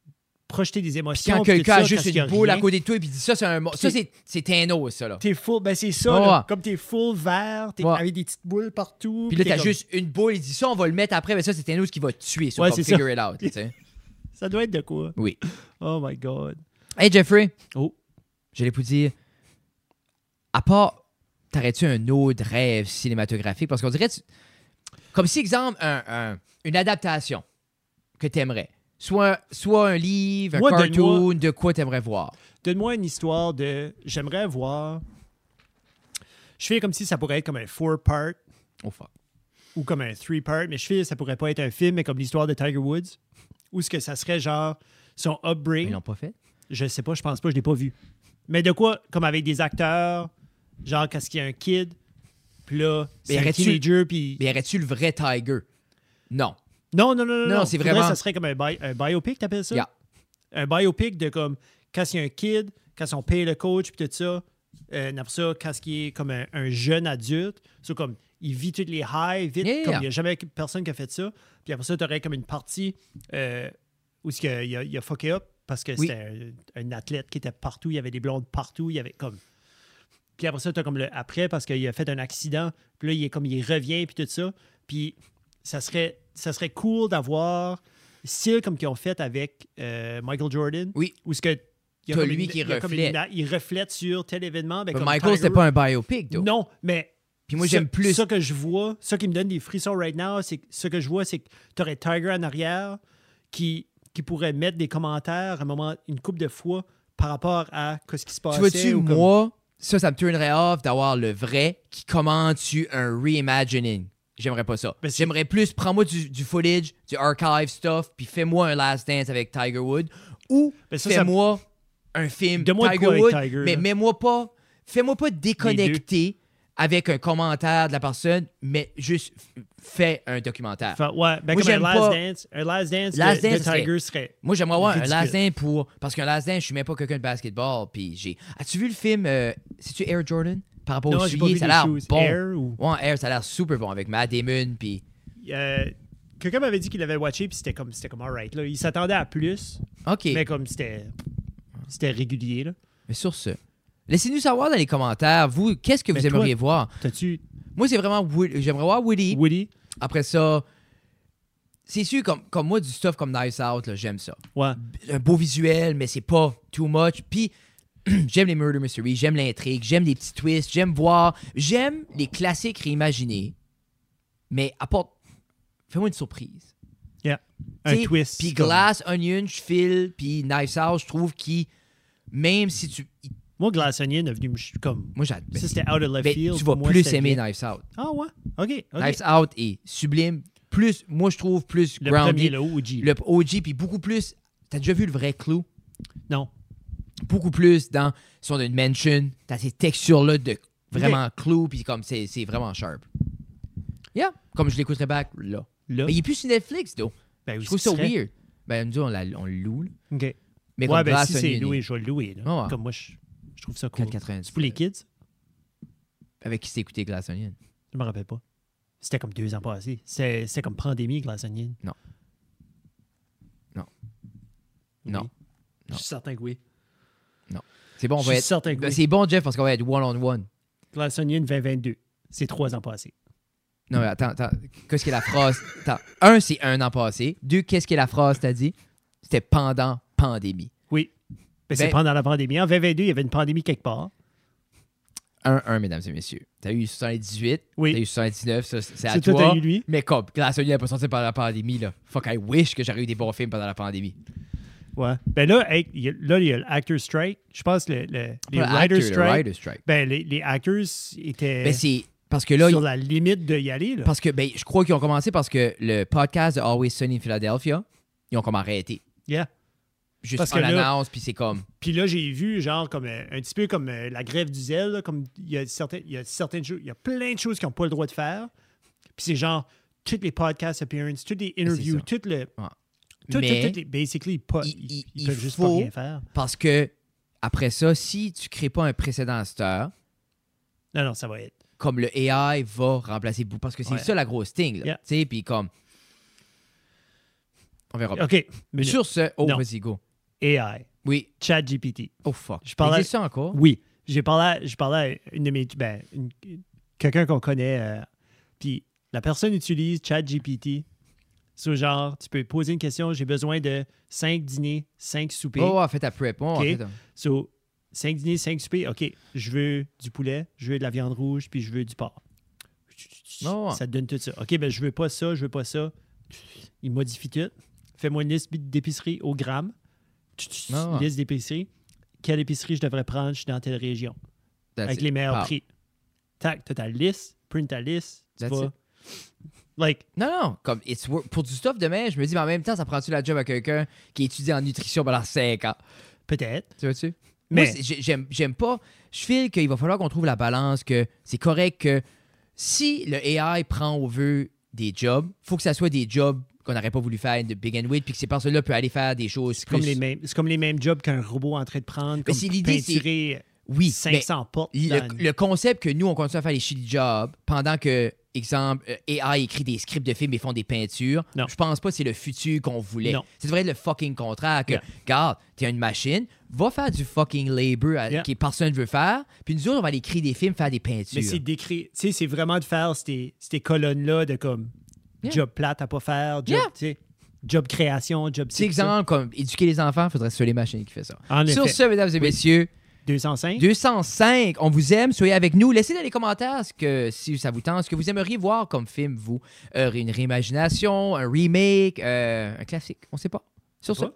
[SPEAKER 1] projeter des émotions.
[SPEAKER 2] quand
[SPEAKER 1] puis tout
[SPEAKER 2] quelqu'un
[SPEAKER 1] ça,
[SPEAKER 2] a juste
[SPEAKER 1] quand il y
[SPEAKER 2] une boule
[SPEAKER 1] rien,
[SPEAKER 2] à côté de toi et puis dit ça, c'est un mo- Ça,
[SPEAKER 1] Puis-
[SPEAKER 2] c'est c'est Thanos, ça, là.
[SPEAKER 1] T'es full, ben c'est ça,
[SPEAKER 2] Ouais,
[SPEAKER 1] là.
[SPEAKER 2] ouais.
[SPEAKER 1] comme t'es full vert, t'es
[SPEAKER 2] Ouais.
[SPEAKER 1] avec des petites boules partout.
[SPEAKER 2] Puis là,
[SPEAKER 1] t'es
[SPEAKER 2] t'as
[SPEAKER 1] comme-
[SPEAKER 2] juste une boule, il dit ça, on va le mettre après, mais ça, c'est Thanos qui va te tuer, ça,
[SPEAKER 1] Ouais,
[SPEAKER 2] comme
[SPEAKER 1] c'est ça.
[SPEAKER 2] figure it out, tu sais.
[SPEAKER 1] Ça doit être de quoi?
[SPEAKER 2] Oui.
[SPEAKER 1] Oh my God.
[SPEAKER 2] Hey, Jeffrey.
[SPEAKER 1] Oh.
[SPEAKER 2] J'allais vous dire, à part, t'aurais-tu un autre rêve cinématographique? Parce qu'on dirait, tu- comme si, exemple, un- un- une adaptation que t'aimerais. Soit, soit un livre, un
[SPEAKER 1] Moi, donne-moi-
[SPEAKER 2] cartoon, de quoi t'aimerais voir.
[SPEAKER 1] Donne-moi une histoire de. J'aimerais voir. Je fais comme si ça pourrait être comme un four-part
[SPEAKER 2] Oh, fuck.
[SPEAKER 1] ou comme un three-part, mais je fais ça pourrait pas être un film, mais comme l'histoire de Tiger Woods. Ou ce que ça serait genre son
[SPEAKER 2] Ils
[SPEAKER 1] upbringing.
[SPEAKER 2] l'ont pas fait?
[SPEAKER 1] Je sais pas, je pense pas, je l'ai pas vu. Mais de quoi, comme avec des acteurs, genre qu'est-ce qu'il y a un kid, puis là, c'est un
[SPEAKER 2] aurais-tu-
[SPEAKER 1] teenager, puis.
[SPEAKER 2] Mais aurais-tu le vrai Tiger? Non.
[SPEAKER 1] Non, non, non, non.
[SPEAKER 2] Non, c'est
[SPEAKER 1] Faudrait
[SPEAKER 2] vraiment-
[SPEAKER 1] que Ça serait comme un, bi- un biopic, t'appelles ça?
[SPEAKER 2] Yeah.
[SPEAKER 1] Un biopic de comme quand il y a un kid, quand on paye le coach, puis tout ça. Euh, après ça, quand il est comme un, un jeune adulte, c'est comme il vit toutes les highs vite,
[SPEAKER 2] Yeah, yeah,
[SPEAKER 1] comme il
[SPEAKER 2] yeah.
[SPEAKER 1] n'y a jamais personne qui a fait ça. Puis après ça, tu aurais comme une partie euh, où ce que il a, il a fucké up parce que
[SPEAKER 2] Oui.
[SPEAKER 1] c'était un, un athlète qui était partout, il y avait des blondes partout, il y avait comme. Puis après ça, tu as comme le après parce qu'il a fait un accident, puis là, il est comme il revient, puis tout ça. Puis ça serait, ça serait cool d'avoir style comme qu'ils ont fait avec euh, Michael Jordan.
[SPEAKER 2] Oui.
[SPEAKER 1] Ou ce que il y a
[SPEAKER 2] T'as
[SPEAKER 1] comme
[SPEAKER 2] lui
[SPEAKER 1] une-
[SPEAKER 2] qui
[SPEAKER 1] il y a comme une-
[SPEAKER 2] reflète.
[SPEAKER 1] il reflète sur tel événement. ben,
[SPEAKER 2] Mais
[SPEAKER 1] comme
[SPEAKER 2] Michael,
[SPEAKER 1] Tiger
[SPEAKER 2] c'était pas un biopic, though.
[SPEAKER 1] Non, mais
[SPEAKER 2] Puis moi,
[SPEAKER 1] ça-
[SPEAKER 2] j'aime plus.
[SPEAKER 1] ça que je vois, ça qui me donne des frissons right now, c'est que ce que je vois, c'est que tu aurais Tiger en arrière qui, qui pourrait mettre des commentaires à un moment, une coupe de fois par rapport à ce qui se passe.
[SPEAKER 2] tu vois-tu, moi, ça, ça me turnerait off d'avoir le vrai qui commande tu un reimagining. J'aimerais pas ça.
[SPEAKER 1] Mais c'est-
[SPEAKER 2] J'aimerais plus, prends-moi du, du footage, du archive stuff, puis fais-moi un Last Dance avec Tiger Wood. Ou
[SPEAKER 1] Mais ça, ça-
[SPEAKER 2] fais-moi un film
[SPEAKER 1] Donne-moi de
[SPEAKER 2] Tiger
[SPEAKER 1] quoi avec
[SPEAKER 2] Wood,
[SPEAKER 1] Tiger,
[SPEAKER 2] mais
[SPEAKER 1] là.
[SPEAKER 2] mets-moi pas, fais-moi pas déconnecter avec un commentaire de la personne, mais juste f- fait un documentaire.
[SPEAKER 1] Fait- ouais, ben
[SPEAKER 2] Moi,
[SPEAKER 1] comme un
[SPEAKER 2] j'aime
[SPEAKER 1] last
[SPEAKER 2] pas-
[SPEAKER 1] dance. Un last dance,
[SPEAKER 2] Last
[SPEAKER 1] de, de
[SPEAKER 2] Dance serait-
[SPEAKER 1] Tiger serait.
[SPEAKER 2] Moi, j'aimerais avoir un
[SPEAKER 1] Ridicule.
[SPEAKER 2] last dance pour. Parce qu'un last dance, je suis même pas quelqu'un de basketball. Puis j'ai. As-tu vu le film euh, C'est-tu Air Jordan Par rapport au
[SPEAKER 1] Non, j'ai pas
[SPEAKER 2] soulier,
[SPEAKER 1] vu
[SPEAKER 2] ça
[SPEAKER 1] les
[SPEAKER 2] a l'air
[SPEAKER 1] shoes.
[SPEAKER 2] bon.
[SPEAKER 1] Air ou.
[SPEAKER 2] Ouais, Air, ça a l'air super bon avec Matt Damon. Puis.
[SPEAKER 1] Euh, Quelqu'un m'avait dit qu'il l'avait watché, puis c'était comme, c'était comme alright. là. Il s'attendait à plus,
[SPEAKER 2] OK.
[SPEAKER 1] mais comme c'était. C'était régulier, là.
[SPEAKER 2] Mais sur ce, laissez-nous savoir dans les commentaires, vous, qu'est-ce que vous
[SPEAKER 1] Mais toi-
[SPEAKER 2] aimeriez voir?
[SPEAKER 1] T'as-tu.
[SPEAKER 2] Moi, c'est vraiment. Woody- J'aimerais voir Woody.
[SPEAKER 1] Woody?
[SPEAKER 2] Après ça, c'est sûr, comme, comme moi, du stuff comme Nice Out, là, j'aime ça.
[SPEAKER 1] Ouais.
[SPEAKER 2] Un beau visuel, mais c'est pas too much. Puis, j'aime les murder mysteries, j'aime l'intrigue, j'aime les petits twists, j'aime voir. J'aime les classiques réimaginés, mais apporte. Fais-moi une surprise.
[SPEAKER 1] Yeah. Un
[SPEAKER 2] T'sais,
[SPEAKER 1] twist.
[SPEAKER 2] Puis
[SPEAKER 1] comme-
[SPEAKER 2] Glass, Onion, je file, puis Knives Out, je trouve qui, même si tu.
[SPEAKER 1] Moi, Glass Onion est venu me. ch- Comme.
[SPEAKER 2] Moi, j'adore.
[SPEAKER 1] ça, c'était out of left
[SPEAKER 2] Ben,
[SPEAKER 1] field.
[SPEAKER 2] tu vas
[SPEAKER 1] Moi,
[SPEAKER 2] plus
[SPEAKER 1] c'était
[SPEAKER 2] aimer
[SPEAKER 1] bien.
[SPEAKER 2] Knives Out.
[SPEAKER 1] Ah, ouais. OK. ok.
[SPEAKER 2] Knives Out est sublime. Plus, moi, je trouve plus
[SPEAKER 1] Le
[SPEAKER 2] grounded.
[SPEAKER 1] premier, le OG.
[SPEAKER 2] le OG, puis beaucoup plus. T'as déjà vu le vrai Clou?
[SPEAKER 1] Non.
[SPEAKER 2] Beaucoup plus dans son une mansion. T'as ces textures-là de vraiment Clou, puis comme c'est c'est vraiment sharp. Yeah, comme je l'écouterais back là.
[SPEAKER 1] Là.
[SPEAKER 2] Mais il est plus sur Netflix, though.
[SPEAKER 1] ben, oui,
[SPEAKER 2] Je trouve
[SPEAKER 1] ce
[SPEAKER 2] ça
[SPEAKER 1] serait-
[SPEAKER 2] weird. Ben, nous, on, la- on le loue. là.
[SPEAKER 1] OK.
[SPEAKER 2] Mais
[SPEAKER 1] ouais,
[SPEAKER 2] comme
[SPEAKER 1] ben
[SPEAKER 2] Glass
[SPEAKER 1] si c'est
[SPEAKER 2] Onion,
[SPEAKER 1] loué, je vais le louer. là.
[SPEAKER 2] Ah ouais.
[SPEAKER 1] Comme moi, je, je trouve ça cool.
[SPEAKER 2] 4,90.
[SPEAKER 1] C'est pour les kids?
[SPEAKER 2] Avec qui c'est écouté Glass Onion?
[SPEAKER 1] Je me rappelle pas. C'était comme deux ans passés. C'était c'était comme pandémie, Glass Onion.
[SPEAKER 2] Non. Non.
[SPEAKER 1] Oui.
[SPEAKER 2] Non.
[SPEAKER 1] Je
[SPEAKER 2] Non.
[SPEAKER 1] suis certain que oui.
[SPEAKER 2] C'est bon, on
[SPEAKER 1] je
[SPEAKER 2] va
[SPEAKER 1] suis
[SPEAKER 2] être.
[SPEAKER 1] certain que
[SPEAKER 2] Ben,
[SPEAKER 1] oui.
[SPEAKER 2] c'est bon, Jeff, parce qu'on va être one-on-one.
[SPEAKER 1] Glass Onion 2022. C'est trois ans passés.
[SPEAKER 2] Non, mais attends, attends. Qu'est-ce qu'est la phrase? Attends. Un, c'est un an passé. Deux, qu'est-ce qu'est la phrase, t'as dit? C'était pendant pandémie.
[SPEAKER 1] Oui. Ben, c'est
[SPEAKER 2] Ben-
[SPEAKER 1] pendant la pandémie. En 2022, il y avait une pandémie quelque part.
[SPEAKER 2] Un, un, mesdames et messieurs. T'as eu 78.
[SPEAKER 1] Oui.
[SPEAKER 2] T'as eu 79. Ça, c'est à
[SPEAKER 1] C'est toi,
[SPEAKER 2] toi.
[SPEAKER 1] t'as eu lui.
[SPEAKER 2] Mais comme, Glass Onion n'est pas sorti pendant la pandémie, là. Fuck, I wish que j'aurais eu des bons films pendant la pandémie.
[SPEAKER 1] Ouais. Ben là, hey, il y a, là, il y a l'actor strike. Je pense que le, le- les
[SPEAKER 2] Pas le
[SPEAKER 1] writer
[SPEAKER 2] actor, le
[SPEAKER 1] strike.
[SPEAKER 2] writer strike.
[SPEAKER 1] Ben, les, les hackers étaient
[SPEAKER 2] Ben, c'est. Parce que là,
[SPEAKER 1] sur
[SPEAKER 2] il-
[SPEAKER 1] la limite de y aller. Là.
[SPEAKER 2] parce que, ben, je crois qu'ils ont commencé parce que le podcast de Always Sunny in Philadelphia, ils ont comme arrêté.
[SPEAKER 1] Yeah.
[SPEAKER 2] Juste
[SPEAKER 1] Parce
[SPEAKER 2] parce
[SPEAKER 1] que là-
[SPEAKER 2] annonce, puis c'est comme.
[SPEAKER 1] Puis là, j'ai vu, genre, comme euh, un petit peu comme euh, la grève du zèle, là, comme il y a certaines, il y a certaines choses, il y a plein de choses qu'ils n'ont pas le droit de faire. Puis c'est genre, toutes les podcasts appearances, toutes les interviews,
[SPEAKER 2] ça.
[SPEAKER 1] toutes les.
[SPEAKER 2] Ouais.
[SPEAKER 1] Tout, tout,
[SPEAKER 2] Mais
[SPEAKER 1] tout les- basically, pas,
[SPEAKER 2] il-
[SPEAKER 1] ils,
[SPEAKER 2] il-
[SPEAKER 1] ils
[SPEAKER 2] il
[SPEAKER 1] peuvent juste pas
[SPEAKER 2] faut-
[SPEAKER 1] rien faire.
[SPEAKER 2] Parce que, après ça, si tu crées pas un précédent à cette heure,
[SPEAKER 1] Non, non, ça va être.
[SPEAKER 2] comme le AI va remplacer beaucoup. Parce que c'est
[SPEAKER 1] Ouais.
[SPEAKER 2] ça la grosse thing, là.
[SPEAKER 1] Yeah.
[SPEAKER 2] Tu sais, puis comme. On verra. pas.
[SPEAKER 1] OK. Mais
[SPEAKER 2] Sur ce. Oh,
[SPEAKER 1] Non.
[SPEAKER 2] vas-y, go.
[SPEAKER 1] AI,
[SPEAKER 2] Oui.
[SPEAKER 1] ChatGPT.
[SPEAKER 2] Oh, fuck.
[SPEAKER 1] Je parlais-
[SPEAKER 2] Existe ça encore.
[SPEAKER 1] Oui. J'ai parlé, à, j'ai parlé à une de mes. Ben, une- quelqu'un qu'on connaît. euh, Puis la personne utilise ChatGPT. Ce genre, tu peux poser une question j'ai besoin de 5 dîners, 5 soupers.
[SPEAKER 2] Oh, ouais, fais ta prep. Oh,
[SPEAKER 1] Ok.
[SPEAKER 2] fais ta-
[SPEAKER 1] So, 5 dîners, 5 soupers. OK, je veux du poulet, je veux de la viande rouge, puis je veux du porc.
[SPEAKER 2] Oh, ouais.
[SPEAKER 1] Ça te donne tout ça. OK, ben je veux pas ça, je veux pas ça. Il modifie tout. Fais-moi une liste d'épicerie au gramme.
[SPEAKER 2] Oh, ouais.
[SPEAKER 1] Liste d'épicerie. Quelle épicerie je devrais prendre? Je suis dans telle région
[SPEAKER 2] That's
[SPEAKER 1] avec
[SPEAKER 2] it.
[SPEAKER 1] les meilleurs
[SPEAKER 2] Parle.
[SPEAKER 1] prix. Tac, t'as ta liste, print ta liste, tu
[SPEAKER 2] That's
[SPEAKER 1] vas. Like,
[SPEAKER 2] Non, non, comme it's work- pour du stuff demain, je me dis, mais en même temps, ça prend-tu la job à quelqu'un qui étudie en nutrition pendant 5 ans?
[SPEAKER 1] peut-être.
[SPEAKER 2] Tu vois-tu?
[SPEAKER 1] Mais-
[SPEAKER 2] Mais j'aime j'aime pas. Je file qu'il va falloir qu'on trouve la balance, que c'est correct que si le AI prend au vœu des jobs, faut que ça soit des jobs qu'on n'aurait pas voulu faire de big and with, puis que ces personnes-là peuvent aller faire des choses
[SPEAKER 1] C'est
[SPEAKER 2] plus.
[SPEAKER 1] comme, les mêmes, c'est comme les mêmes jobs qu'un robot en train de prendre, comme
[SPEAKER 2] c'est l'idée, c'est-
[SPEAKER 1] peinturer
[SPEAKER 2] oui, mais
[SPEAKER 1] 500 portes. dans
[SPEAKER 2] le,
[SPEAKER 1] une-
[SPEAKER 2] le concept que nous, on continue à faire les shitty jobs pendant que, exemple, euh, AI écrit des scripts de films et font des peintures,
[SPEAKER 1] Non.
[SPEAKER 2] je pense pas que c'est le futur qu'on voulait.
[SPEAKER 1] Non.
[SPEAKER 2] Ça devrait être le fucking contraire que,
[SPEAKER 1] Yeah.
[SPEAKER 2] regarde, t'es une machine, va faire du fucking labor à-
[SPEAKER 1] Yeah.
[SPEAKER 2] que personne veut faire, puis nous autres, on va aller écrire des films, faire des peintures.
[SPEAKER 1] mais c'est décrit. Tu sais, c'est vraiment de faire ces, ces colonnes-là de comme
[SPEAKER 2] Yeah.
[SPEAKER 1] job plate à pas faire, job,
[SPEAKER 2] Yeah.
[SPEAKER 1] tu sais, job création, job.
[SPEAKER 2] C'est exemple comme éduquer les enfants, faudrait que ce soit les machines qui font ça.
[SPEAKER 1] En
[SPEAKER 2] Sur
[SPEAKER 1] effet.
[SPEAKER 2] ce, mesdames et messieurs,
[SPEAKER 1] 205.
[SPEAKER 2] 205, on vous aime, soyez avec nous. Laissez dans les commentaires ce que, si ça vous tente, ce que vous aimeriez voir comme film, vous. Euh, une réimagination, un remake, euh, un classique, on sait pas. Sur ce,
[SPEAKER 1] Ouais.